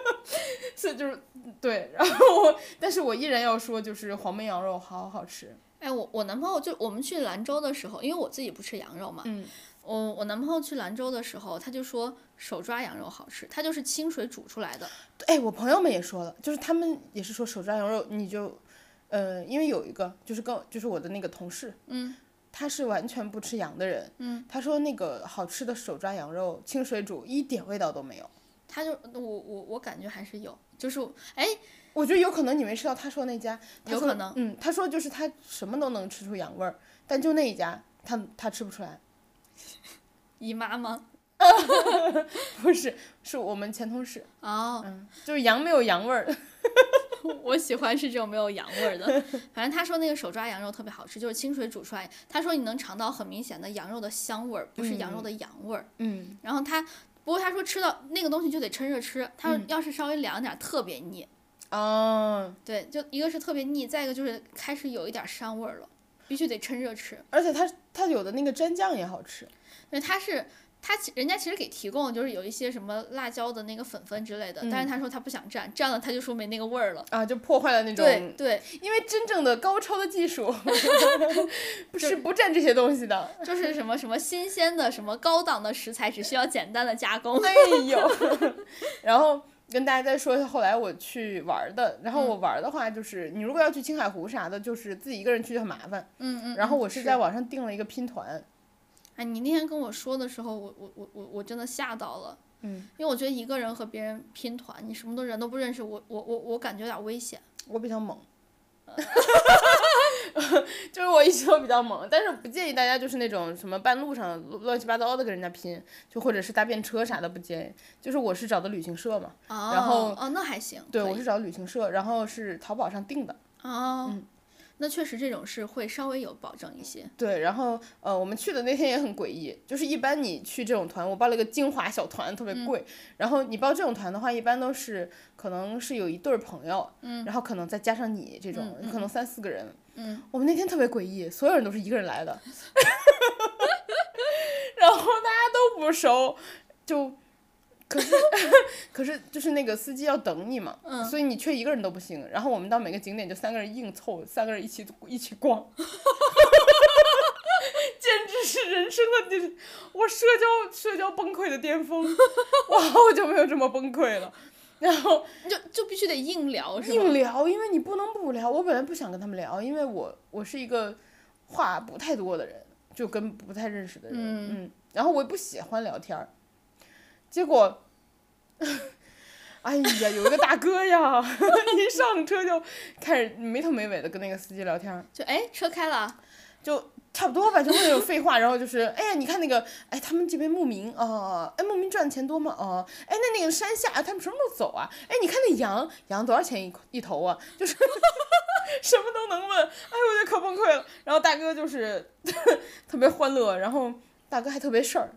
[SPEAKER 2] 所以就是对，然后我，但是我依然要说，就是黄焖羊肉好好吃。
[SPEAKER 1] 哎，我我男朋友就我们去兰州的时候，因为我自己不吃羊肉嘛，
[SPEAKER 2] 嗯，
[SPEAKER 1] 我我男朋友去兰州的时候，他就说手抓羊肉好吃，它就是清水煮出来的。
[SPEAKER 2] 哎，我朋友们也说了，就是他们也是说手抓羊肉，你就，呃，因为有一个就是跟就是我的那个同事，
[SPEAKER 1] 嗯，
[SPEAKER 2] 他是完全不吃羊的人，
[SPEAKER 1] 嗯，
[SPEAKER 2] 他说那个好吃的手抓羊肉清水煮一点味道都没有。
[SPEAKER 1] 他就我我我感觉还是有，就是哎，
[SPEAKER 2] 我觉得有可能你没吃到他说那家，他
[SPEAKER 1] 有
[SPEAKER 2] 说
[SPEAKER 1] 可能
[SPEAKER 2] 嗯，他说就是他什么都能吃出羊味儿，但就那一家他他吃不出来。
[SPEAKER 1] 姨妈吗？
[SPEAKER 2] 不是，是我们前同事，
[SPEAKER 1] 哦，
[SPEAKER 2] 嗯，就是羊没有羊味儿。
[SPEAKER 1] 我喜欢吃这种没有羊味儿的。反正他说那个手抓羊肉特别好吃，就是清水煮出来。他说你能尝到很明显的羊肉的香味儿，不是羊肉的羊味儿。
[SPEAKER 2] 嗯，
[SPEAKER 1] 然后他，不过他说吃到那个东西就得趁热吃，他说
[SPEAKER 2] 嗯
[SPEAKER 1] 要是稍微凉点儿特别腻。
[SPEAKER 2] 哦，
[SPEAKER 1] 对，就一个是特别腻，再一个就是开始有一点儿膻味儿了，必须得趁热吃。
[SPEAKER 2] 而且它它有的那个蘸酱也好吃。
[SPEAKER 1] 因为它是他其人家其实给提供的就是有一些什么辣椒的那个粉粉之类的，
[SPEAKER 2] 嗯
[SPEAKER 1] 但是他说他不想蘸，蘸了他就说没那个味儿了。
[SPEAKER 2] 啊，就破坏了那
[SPEAKER 1] 对
[SPEAKER 2] 种，
[SPEAKER 1] 对，
[SPEAKER 2] 因为真正的高超的 技术是不蘸这些东西的。
[SPEAKER 1] 就是什么什么新鲜的、什么高档的食材，只需要简单的加 工。
[SPEAKER 2] 哎呦，然后跟大家再说一下，后来我去玩儿的，
[SPEAKER 1] 嗯
[SPEAKER 2] 然后我玩儿的话就是，你如果要去青海湖啥的，就是自己一个人去就很麻烦。
[SPEAKER 1] 嗯嗯。
[SPEAKER 2] 然后
[SPEAKER 1] 嗯
[SPEAKER 2] 我是在网上订了一个拼团，
[SPEAKER 1] 哎，你那天跟我说的时候，我我我我我真的吓到了。
[SPEAKER 2] 嗯，
[SPEAKER 1] 因为我觉得一个人和别人拼团，你什么都人都不认识，我我我我感觉有点危险。
[SPEAKER 2] 我比较猛。 就是我一直都比较猛，但是不建议大家就是那种什么半路上乱七八糟的跟人家拼，就或者是搭便车啥的不建议。就是我是找的旅行社嘛，
[SPEAKER 1] 哦
[SPEAKER 2] 然后
[SPEAKER 1] 哦，那还行。
[SPEAKER 2] 对
[SPEAKER 1] 可
[SPEAKER 2] 我
[SPEAKER 1] 以
[SPEAKER 2] 是找旅行社，然后是淘宝上订的。
[SPEAKER 1] 哦，
[SPEAKER 2] 嗯
[SPEAKER 1] 那确实这种事会稍微有保证一些。
[SPEAKER 2] 对，然后呃，我们去的那天也很诡异，就是一般你去这种团，我报了一个精华小团，特别贵。然后你报这种团的话，一般都是可能是有一对儿朋友，嗯，然后可能再加上你这种，可能三四个人。
[SPEAKER 1] 嗯，
[SPEAKER 2] 我们那天特别诡异，所有人都是一个人来的， 然后大家都不熟，就。可是， 可是就是那个司机要等你嘛，所以你缺一个人都不行。然后我们到每个景点就三个人硬凑，三个人一起一起逛， 简直是人生的就是我社交社交崩溃的 巅峰，我好久没有这么崩溃了。然后
[SPEAKER 1] 就就必须得硬聊是
[SPEAKER 2] 硬
[SPEAKER 1] 吗？
[SPEAKER 2] 聊，因为你不能不聊。我本来不想跟他们聊，因为我我是一个话不太多的人，就跟不太认识的人，
[SPEAKER 1] 嗯
[SPEAKER 2] 嗯然后我也不喜欢聊天儿。结果，哎呀，有一个大哥呀， 一上车就开始没头没尾的跟那个司机聊天儿。
[SPEAKER 1] 就哎，车开了，
[SPEAKER 2] 就差不多吧，就会有废话，然后就是，哎呀，你看那个，哎，他们这边牧民哦，哎，牧民赚的钱多吗？哦，哎，那那个山下他们什么时候走啊？哎，你看那羊，羊多少钱一一头啊？就是什么都能问，哎，我就可崩溃了。然后大哥就是 特别欢乐，然后大哥还特别事儿，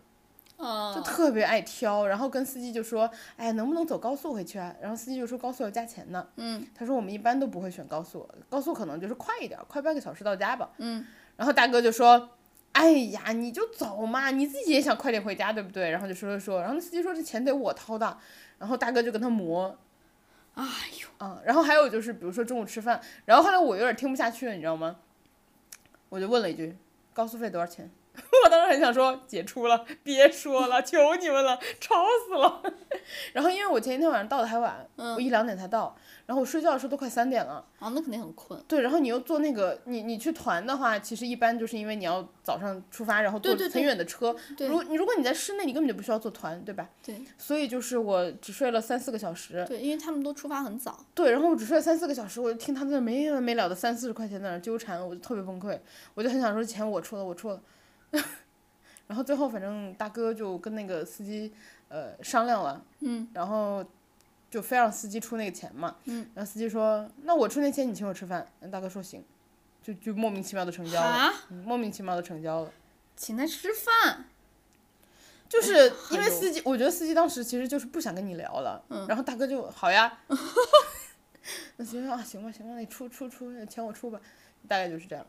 [SPEAKER 1] 嗯，
[SPEAKER 2] 就特别爱挑，然后跟司机就说，哎，能不能走高速回去啊？然后司机就说高速要加钱呢。
[SPEAKER 1] 嗯
[SPEAKER 2] 他说我们一般都不会选高速，高速可能就是快一点儿，快半个小时到家吧。
[SPEAKER 1] 嗯，
[SPEAKER 2] 然后大哥就说：“哎呀，你就走嘛，你自己也想快点回家，对不对？”然后就说说说，然后那司机说这钱得我掏的，然后大哥就跟他磨。
[SPEAKER 1] 哎
[SPEAKER 2] 呦，啊，然后还有就是，比如说中午吃饭，然后后来我有点听不下去了，你知道吗？我就问了一句：“高速费多少钱？” 我当时很想说解出了，别说了，求你们了，吵死了。 然后因为我前一天晚上到的还晚，
[SPEAKER 1] 嗯
[SPEAKER 2] 我一两点才到，然后我睡觉的时候都快三点了。
[SPEAKER 1] 哦，那肯定很困。
[SPEAKER 2] 对，然后你又坐那个，你你去团的话，其实一般就是因为你要早上出发，然后坐
[SPEAKER 1] 对对
[SPEAKER 2] 很远的车。
[SPEAKER 1] 对
[SPEAKER 2] 如你如果你在室内，你根本就不需要坐团，对吧？
[SPEAKER 1] 对。
[SPEAKER 2] 所以就是我只睡了三四个小时，
[SPEAKER 1] 对，因为他们都出发很早。
[SPEAKER 2] 对，然后我只睡了三四个小时，我就听他们在那没完没了的三四十块钱在那儿纠缠，我就特别崩溃，我就很想说钱我出了，我出了。 然后最后反正大哥就跟那个司机呃商量了，
[SPEAKER 1] 嗯，
[SPEAKER 2] 然后就非让司机出那个钱嘛，嗯，然后司机说那我出那钱，你请我吃饭，大哥说行，就就莫名其妙的成交了，
[SPEAKER 1] 啊，
[SPEAKER 2] 嗯莫名其妙的成交了。
[SPEAKER 1] 请他吃饭。
[SPEAKER 2] 就是因
[SPEAKER 1] 哎
[SPEAKER 2] 为
[SPEAKER 1] 呦
[SPEAKER 2] 司机，我觉得司机当时其实就是不想跟你聊了，然后大哥就好呀， 那司机说啊行吧行吧，你出出出钱我出吧，大概就是这样。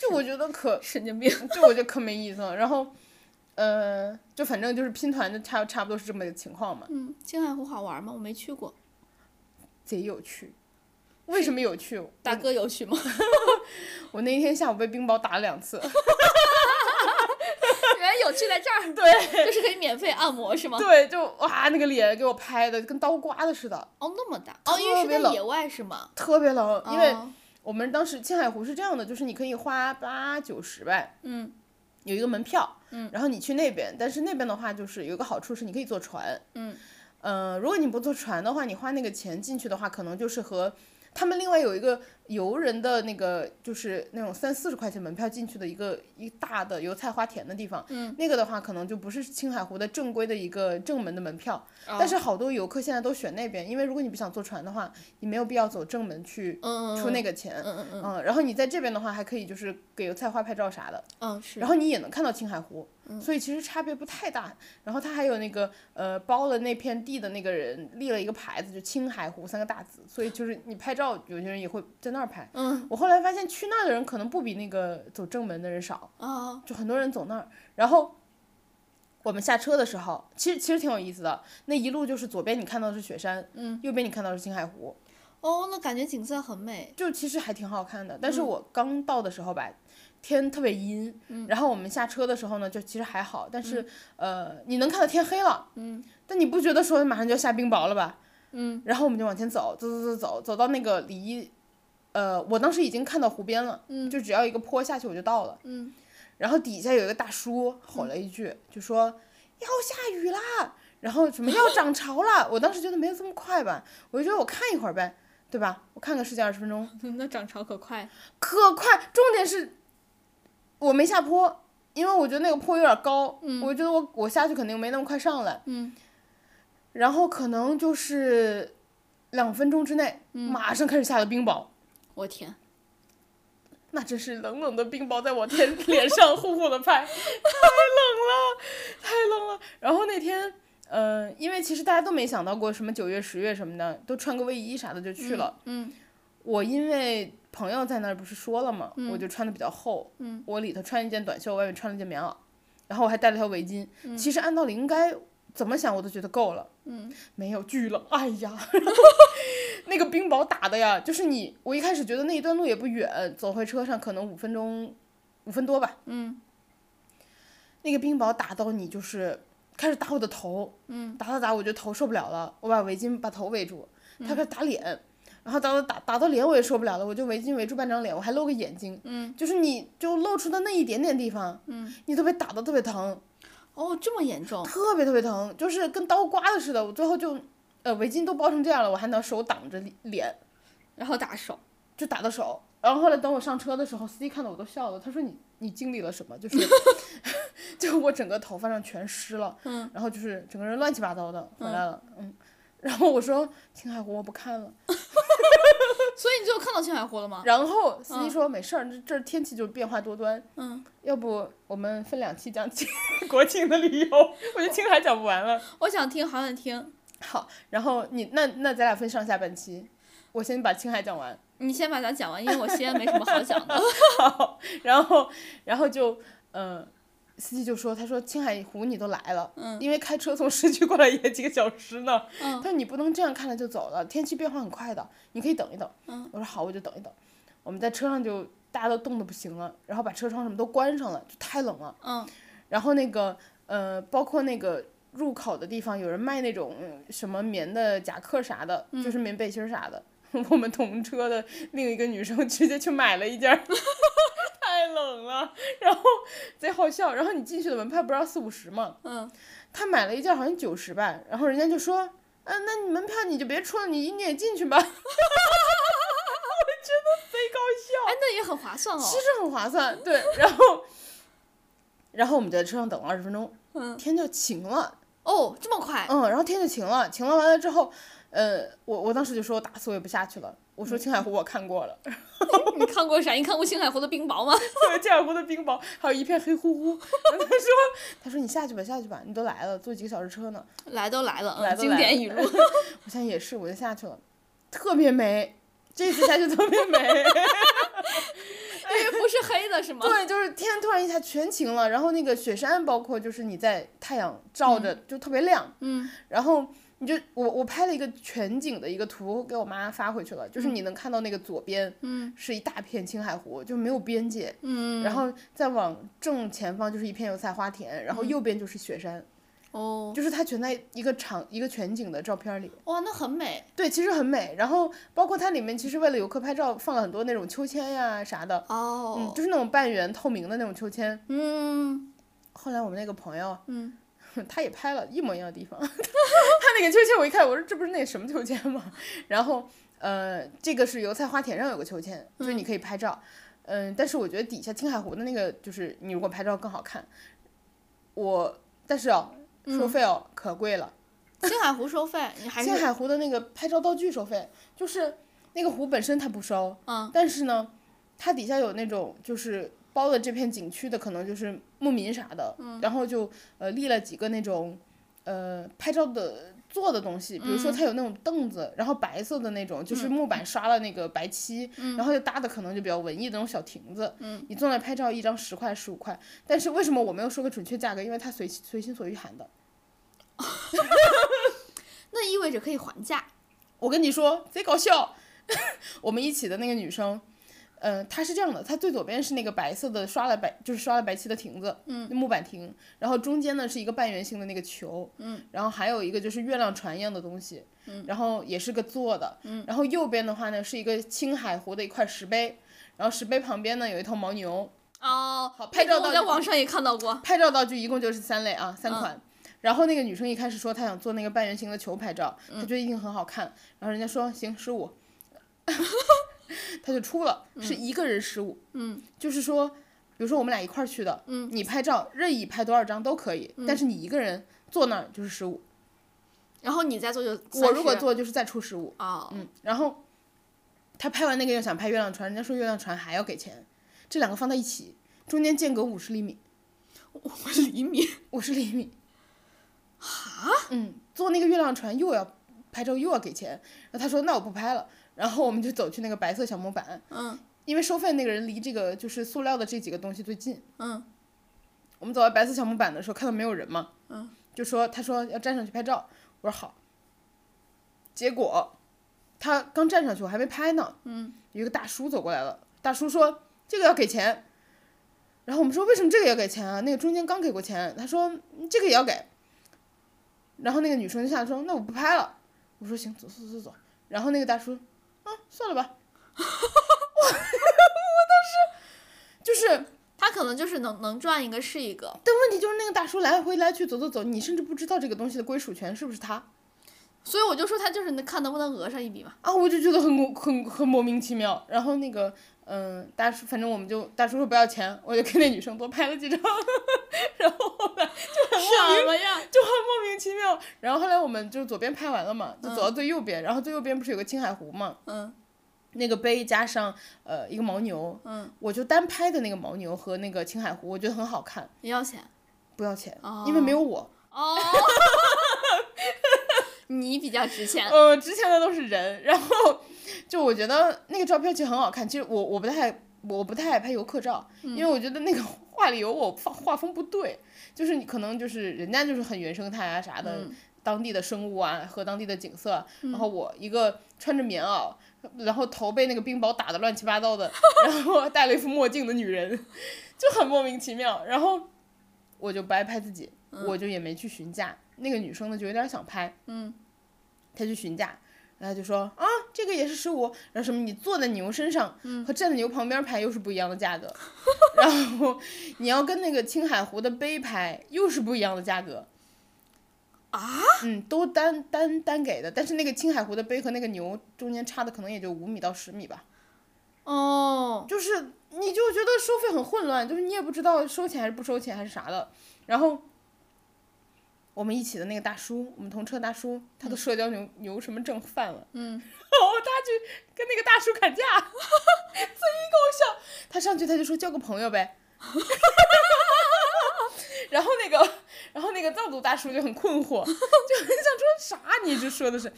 [SPEAKER 2] 就我觉得可，
[SPEAKER 1] 神经病。
[SPEAKER 2] 就我就可没意思了。然后，呃，就反正就是拼团就差差不多是这么个情况嘛，
[SPEAKER 1] 嗯，青海湖好玩吗？我没去过。
[SPEAKER 2] 贼有趣。为什么有趣？
[SPEAKER 1] 大哥有 去吗？
[SPEAKER 2] 我那一天下午被冰雹打了两次，
[SPEAKER 1] 原来有趣在这 儿。对，就是可以免费按摩是吗？
[SPEAKER 2] 对，就哇那个脸给我拍的跟刀刮的似的，
[SPEAKER 1] 哦，那么大。哦，因为是
[SPEAKER 2] 特别
[SPEAKER 1] 在
[SPEAKER 2] 冷
[SPEAKER 1] 野外是吗？
[SPEAKER 2] 特别冷，因为
[SPEAKER 1] 哦
[SPEAKER 2] 我们当时青海湖是这样的，就是你可以花八九十呗，
[SPEAKER 1] 嗯，
[SPEAKER 2] 有一个门票，嗯，然后你去那边，但是那边的话就是有一个好处是你可以坐船，
[SPEAKER 1] 嗯，
[SPEAKER 2] 呃，如果你不坐船的话，你花那个钱进去的话，可能就是和他们另外有一个游人的那个就是那种三四十块钱门票进去的一个一大的油菜花田的地方，嗯，那个的话可能就不是青海湖的正规的一个正门的门票，但是好多游客现在都选那边，因为如果你不想坐船的话，你没有必要走正门去
[SPEAKER 1] 嗯，
[SPEAKER 2] 出那个钱，
[SPEAKER 1] 嗯嗯嗯
[SPEAKER 2] 嗯，然后你在这边的话，还可以就是给油菜花拍照啥的，
[SPEAKER 1] 嗯是。
[SPEAKER 2] 然后你也能看到青海湖，
[SPEAKER 1] 嗯
[SPEAKER 2] 所以其实差别不太大。然后他还有那个呃包了那片地的那个人立了一个牌子，就青海湖三个大字，所以就是你拍照，有些人也会在那儿拍。
[SPEAKER 1] 嗯
[SPEAKER 2] 我后来发现去那儿的人可能不比那个走正门的人少，
[SPEAKER 1] 哦
[SPEAKER 2] 就很多人走那儿。然后我们下车的时候，其实其实挺有意思的。那一路就是左边你看到的是雪山，
[SPEAKER 1] 嗯，
[SPEAKER 2] 右边你看到的是青海湖，
[SPEAKER 1] 哦，那感觉景色很美，
[SPEAKER 2] 就其实还挺好看的。但
[SPEAKER 1] 嗯
[SPEAKER 2] 是我刚到的时候吧，天特别阴，然后我们下车的时候呢，就其实还好，但是、呃，你能看到天黑了，
[SPEAKER 1] 嗯，
[SPEAKER 2] 但你不觉得说马上就要下冰雹了吧？
[SPEAKER 1] 嗯，
[SPEAKER 2] 然后我们就往前走，走走走走，走到那个离，呃，我当时已经看到湖边了，
[SPEAKER 1] 嗯
[SPEAKER 2] 就只要一个坡下去我就到了，
[SPEAKER 1] 嗯，
[SPEAKER 2] 然后底下有一个大叔吼了一句，就说要下雨啦，然后什 么要涨潮啦，我当时觉得没有这么快吧，我就觉得我看一会儿呗，对吧？我看个十几二十分钟，
[SPEAKER 1] 那涨潮可快，
[SPEAKER 2] 可快，重点是我没下坡，因为我觉得那个坡有点高，我觉得我我下去肯定没那么快上来，
[SPEAKER 1] 嗯
[SPEAKER 2] 然后可能就是两分钟之内，马上开始下了冰雹，
[SPEAKER 1] 我天，
[SPEAKER 2] 那真是冷冷的冰雹在我天脸上呼呼的拍，太冷了，太冷了。然后那天，嗯、因为其实大家都没想到过什么九月、十月什么的，都穿个卫衣啥的就去了。
[SPEAKER 1] 嗯
[SPEAKER 2] 我因为朋友在那儿不是说了嘛，我就穿的比较厚，
[SPEAKER 1] 嗯
[SPEAKER 2] 我里头穿一件短袖，外面穿了件棉袄，然后我还带了条围巾。其实按道理应该怎么想我都觉得够了，
[SPEAKER 1] 嗯
[SPEAKER 2] 没有巨冷，哎呀， 那个冰雹打的呀，就是你，我一开始觉得那一段路也不远，走回车上可能五分钟，五分多吧，
[SPEAKER 1] 嗯
[SPEAKER 2] 那个冰雹打到你就是开始打我的头，
[SPEAKER 1] 嗯，
[SPEAKER 2] 打打打，我就头受不了了，我把围巾把头围住，
[SPEAKER 1] 嗯
[SPEAKER 2] 他开始打脸，然后打打打打到脸我也受不了了，我就围巾围住半张脸，我还露个眼睛，
[SPEAKER 1] 嗯，
[SPEAKER 2] 就是你就露出的那一点点地方，
[SPEAKER 1] 嗯，
[SPEAKER 2] 你都被打的特别疼，
[SPEAKER 1] 哦，这么严重，
[SPEAKER 2] 特别特别疼，就是跟刀刮的似的，我最后就，呃，围巾都包成这样了，我还拿手挡着脸，
[SPEAKER 1] 然后打手，
[SPEAKER 2] 就打到手。然后后来等我上车的时候，司机看到我都笑了，他说你你经历了什么？ 就是，就我整个头发上全湿了，
[SPEAKER 1] 嗯，
[SPEAKER 2] 然后就是整个人乱七八糟的回来了，嗯。然后我说青海湖我不看了，
[SPEAKER 1] 所以你最后看到青海湖了吗？
[SPEAKER 2] 然后司机说没事儿，这这儿天气就变化多端，
[SPEAKER 1] 嗯，
[SPEAKER 2] 要不我们分两期讲青 国庆的旅游，我觉得青海讲不完了。
[SPEAKER 1] 我想听，好想听，
[SPEAKER 2] 好，然后你那那咱俩分上下半期，我先把青海讲完，
[SPEAKER 1] 你先把咱讲完，因为我西安没什么好 讲的。
[SPEAKER 2] 然后然后就嗯、呃司机就说他说青海湖你都来了，
[SPEAKER 1] 嗯
[SPEAKER 2] 因为开车从市区过来也几个小时呢，
[SPEAKER 1] 嗯
[SPEAKER 2] 他说你不能这样看了就走了，天气变化很快的，你可以等一等，
[SPEAKER 1] 嗯
[SPEAKER 2] 我说好，我就等一等，我们在车上就大家都冻得不行了，然后把车窗什么都关上了，就太冷了，
[SPEAKER 1] 嗯
[SPEAKER 2] 然后那个呃包括那个。入口的地方有人卖那种嗯什么棉的夹克啥的，
[SPEAKER 1] 嗯
[SPEAKER 2] 就是棉背心儿啥的。 我们同车的另一个女生直接去买了一件儿，太冷了， 然后贼好笑。然后你进去的门票不是要四五十嘛，
[SPEAKER 1] 嗯，
[SPEAKER 2] 她买了一件好像九十吧，然后人家就说，啊，那你门票你就别出了，你你也进去吧。 我觉得贼搞笑。
[SPEAKER 1] 哎，那也很划算哦。
[SPEAKER 2] 其实很划算，对。然后，然后我们就在车上等了二十分钟，
[SPEAKER 1] 嗯
[SPEAKER 2] 天就晴了，
[SPEAKER 1] 哦，这么快？
[SPEAKER 2] 嗯，然后天就晴了，晴了完了之后，呃，我我当时就说我打死我也不下去了，我
[SPEAKER 1] 嗯
[SPEAKER 2] 说青海湖我看过了，
[SPEAKER 1] 哎 你看过啥？你看过青海湖的冰雹吗？
[SPEAKER 2] 对，青海湖的冰雹还有一片黑乎乎。他说 他说你下去吧，下去吧，你都来了，坐几个小时车呢。
[SPEAKER 1] 来都来了，嗯
[SPEAKER 2] 来都
[SPEAKER 1] 经
[SPEAKER 2] 来
[SPEAKER 1] 典
[SPEAKER 2] 了
[SPEAKER 1] 语 录。
[SPEAKER 2] 我现在也是，我就下去了，特别美，这次下去特 别美。
[SPEAKER 1] 因为不是黑的是吗？
[SPEAKER 2] 对，就是天突然一下全晴了，然后那个雪山，包括就是你在太阳照着就特别亮，
[SPEAKER 1] 嗯
[SPEAKER 2] 然后你就我我拍了一个全景的一个图给我妈发回去了，就是你能看到那个左边
[SPEAKER 1] 嗯
[SPEAKER 2] 是一大片青海湖，就没有边界，
[SPEAKER 1] 嗯。
[SPEAKER 2] 然后再往正前方就是一片油菜花田，
[SPEAKER 1] 嗯
[SPEAKER 2] 然后右边就是雪山，
[SPEAKER 1] 哦，
[SPEAKER 2] 就是它全在一个场一个全景的照片里。
[SPEAKER 1] 哇，那很美
[SPEAKER 2] 对，其实很美。然后包括它里面其实为了游客拍照放了很多那种秋千呀啥的，嗯，
[SPEAKER 1] 哦。
[SPEAKER 2] 就是那种半圆透明的那种秋千。
[SPEAKER 1] 嗯
[SPEAKER 2] 后来我们那个朋友
[SPEAKER 1] 嗯
[SPEAKER 2] 他也拍了一模一样的地方。 他那个秋千我一看，我说这不是那什么秋千吗？ 然后呃，这个是油菜花田上有个秋千，就是你可以拍照。嗯、但是我觉得底下青海湖的那个，就是你如果拍照更好看。我但是哦，
[SPEAKER 1] 嗯
[SPEAKER 2] 收费哦、可贵了。
[SPEAKER 1] 青海湖收费，你还
[SPEAKER 2] 青
[SPEAKER 1] 是
[SPEAKER 2] 海湖的那个拍照道具收费，就是那个湖本身它不收，
[SPEAKER 1] 嗯
[SPEAKER 2] 但是呢，它底下有那种就是包了这片景区的，可能就是
[SPEAKER 1] 嗯
[SPEAKER 2] 牧民啥的，然后就呃立了几个那种呃拍照的做的东西，比如说
[SPEAKER 1] 嗯
[SPEAKER 2] 它有那种凳子，然后白色的那种，就是木板刷了那个白漆，
[SPEAKER 1] 嗯
[SPEAKER 2] 然后就搭的可能就比较文艺的那种小亭子，你坐那拍照一张十块十五块，但是为什么我没有说个准确价格？因为它随随心所欲喊的。
[SPEAKER 1] 那意味着可以还价。
[SPEAKER 2] 我跟你说，贼搞笑。 我们一起的那个女生，呃，她是这样的，她最左边是那个白色的刷了白，就是刷了白漆的亭子，嗯，木板亭，然后中间呢是一个半圆形的那个球，嗯，然后还有一个就是月亮船一样的东西，嗯，然后也是个坐的，嗯，然后右边的话呢是一个青海湖的一块石碑，然后石碑旁边呢有一头牦牛，
[SPEAKER 1] 哦，
[SPEAKER 2] 好拍照
[SPEAKER 1] 这个我
[SPEAKER 2] 到
[SPEAKER 1] 在
[SPEAKER 2] 底
[SPEAKER 1] 网上也看到过。
[SPEAKER 2] 拍照道具一共就是三类啊，三款。然后那个女生一开始说她想做那个半圆形的球拍照，她觉得一定很好看。然后人家说行十五， 她就出了，是一个人十五。嗯，就是说，比如说我们俩一块儿去的，嗯，你拍照任意拍多少张都可以，但是你一个人坐那儿就是十五。
[SPEAKER 1] 然后你再做就
[SPEAKER 2] 我如果
[SPEAKER 1] 30
[SPEAKER 2] 做就是再出十五。
[SPEAKER 1] 哦，
[SPEAKER 2] 嗯，然后他拍完那个又想拍月亮船，人家说月亮船还要给钱，这两个放在一起，中间间隔五十厘米，
[SPEAKER 1] 五厘米，
[SPEAKER 2] 五十厘米。啊？嗯，坐那个月亮船又要拍照又要给钱，然后他说那我不拍了，然后我们就走去那个白色小木板，
[SPEAKER 1] 嗯
[SPEAKER 2] 因为收费那个人离这个就是塑料的这几个东西最近。
[SPEAKER 1] 嗯
[SPEAKER 2] 我们走到白色小木板的时候，看到没有人嘛，嗯，就说他说要站上去拍照，我说好。结果他刚站上去，我还没拍呢，嗯，有一个大叔走过来了，大叔说这个要给钱，然后我们说为什么这个要给钱啊？那个中间刚给过钱，他说嗯这个也要给，然后那个女生就下说那我不拍了，我说行，走走走走，然后那个大叔，啊算了吧，我我当时就是。
[SPEAKER 1] 他可能就是能能赚一个是一个，
[SPEAKER 2] 但问题就是那个大叔来回来去走走走，你甚至不知道这个东西的归属权是不是他
[SPEAKER 1] 所以我就说他就是能看能不能讹上一笔嘛。
[SPEAKER 2] 啊，我就觉得很很很莫名其妙。然后那个嗯、大叔反正我们就大叔说不要钱，我就跟那女生多拍了几张，然后后来
[SPEAKER 1] 什么呀？
[SPEAKER 2] 就很莫名其妙。然后后来我们就左边拍完了嘛，就走到最右边，然后最右边不是有个青海湖嘛，
[SPEAKER 1] 嗯
[SPEAKER 2] 那个碑加上呃一个牦牛，
[SPEAKER 1] 嗯，
[SPEAKER 2] 我就单拍的那个牦牛和那个青海湖，我觉得很好看，
[SPEAKER 1] 也要钱
[SPEAKER 2] 不要钱，
[SPEAKER 1] 哦
[SPEAKER 2] 因为没有我。
[SPEAKER 1] 哦。你比较值钱，
[SPEAKER 2] 呃，之前的都是人，然后就我觉得那个照片其实很好看。其实我我不太我不太爱拍游客照，因为我觉得那个画里有我画画风不对，就是你可能就是人家就是很原生态啊啥的，当地的生物啊和当地的景色啊，然后我一个穿着棉袄，然后头被那个冰雹打的乱七八糟的，然后戴了一副墨镜的女人，就很莫名其妙。然后我就不爱拍自己，我就也没去询价。那个女生呢就有点想拍，
[SPEAKER 1] 嗯，
[SPEAKER 2] 她去询价，然后就说啊这个也是十五，然后什么你坐在牛身上、和站在牛旁边拍又是不一样的价格， 然后你要跟那个青海湖的碑拍又是不一样的价格。啊，嗯，都单单单给的，但是那个青海湖的碑和那个牛中间差的可能也就五米到十米吧。
[SPEAKER 1] 哦，
[SPEAKER 2] 就是你就觉得收费很混乱，就是你也不知道收钱还是不收钱还是啥的。然后我们一起的那个大叔，我们同车大叔，他的社交牛、牛什么症犯了，嗯，然后他去跟那个大叔砍价，贼搞笑。他上去他就说交个朋友呗。 然后那个，然后那个藏族大叔就很困惑，就很想说啥？你这说的是，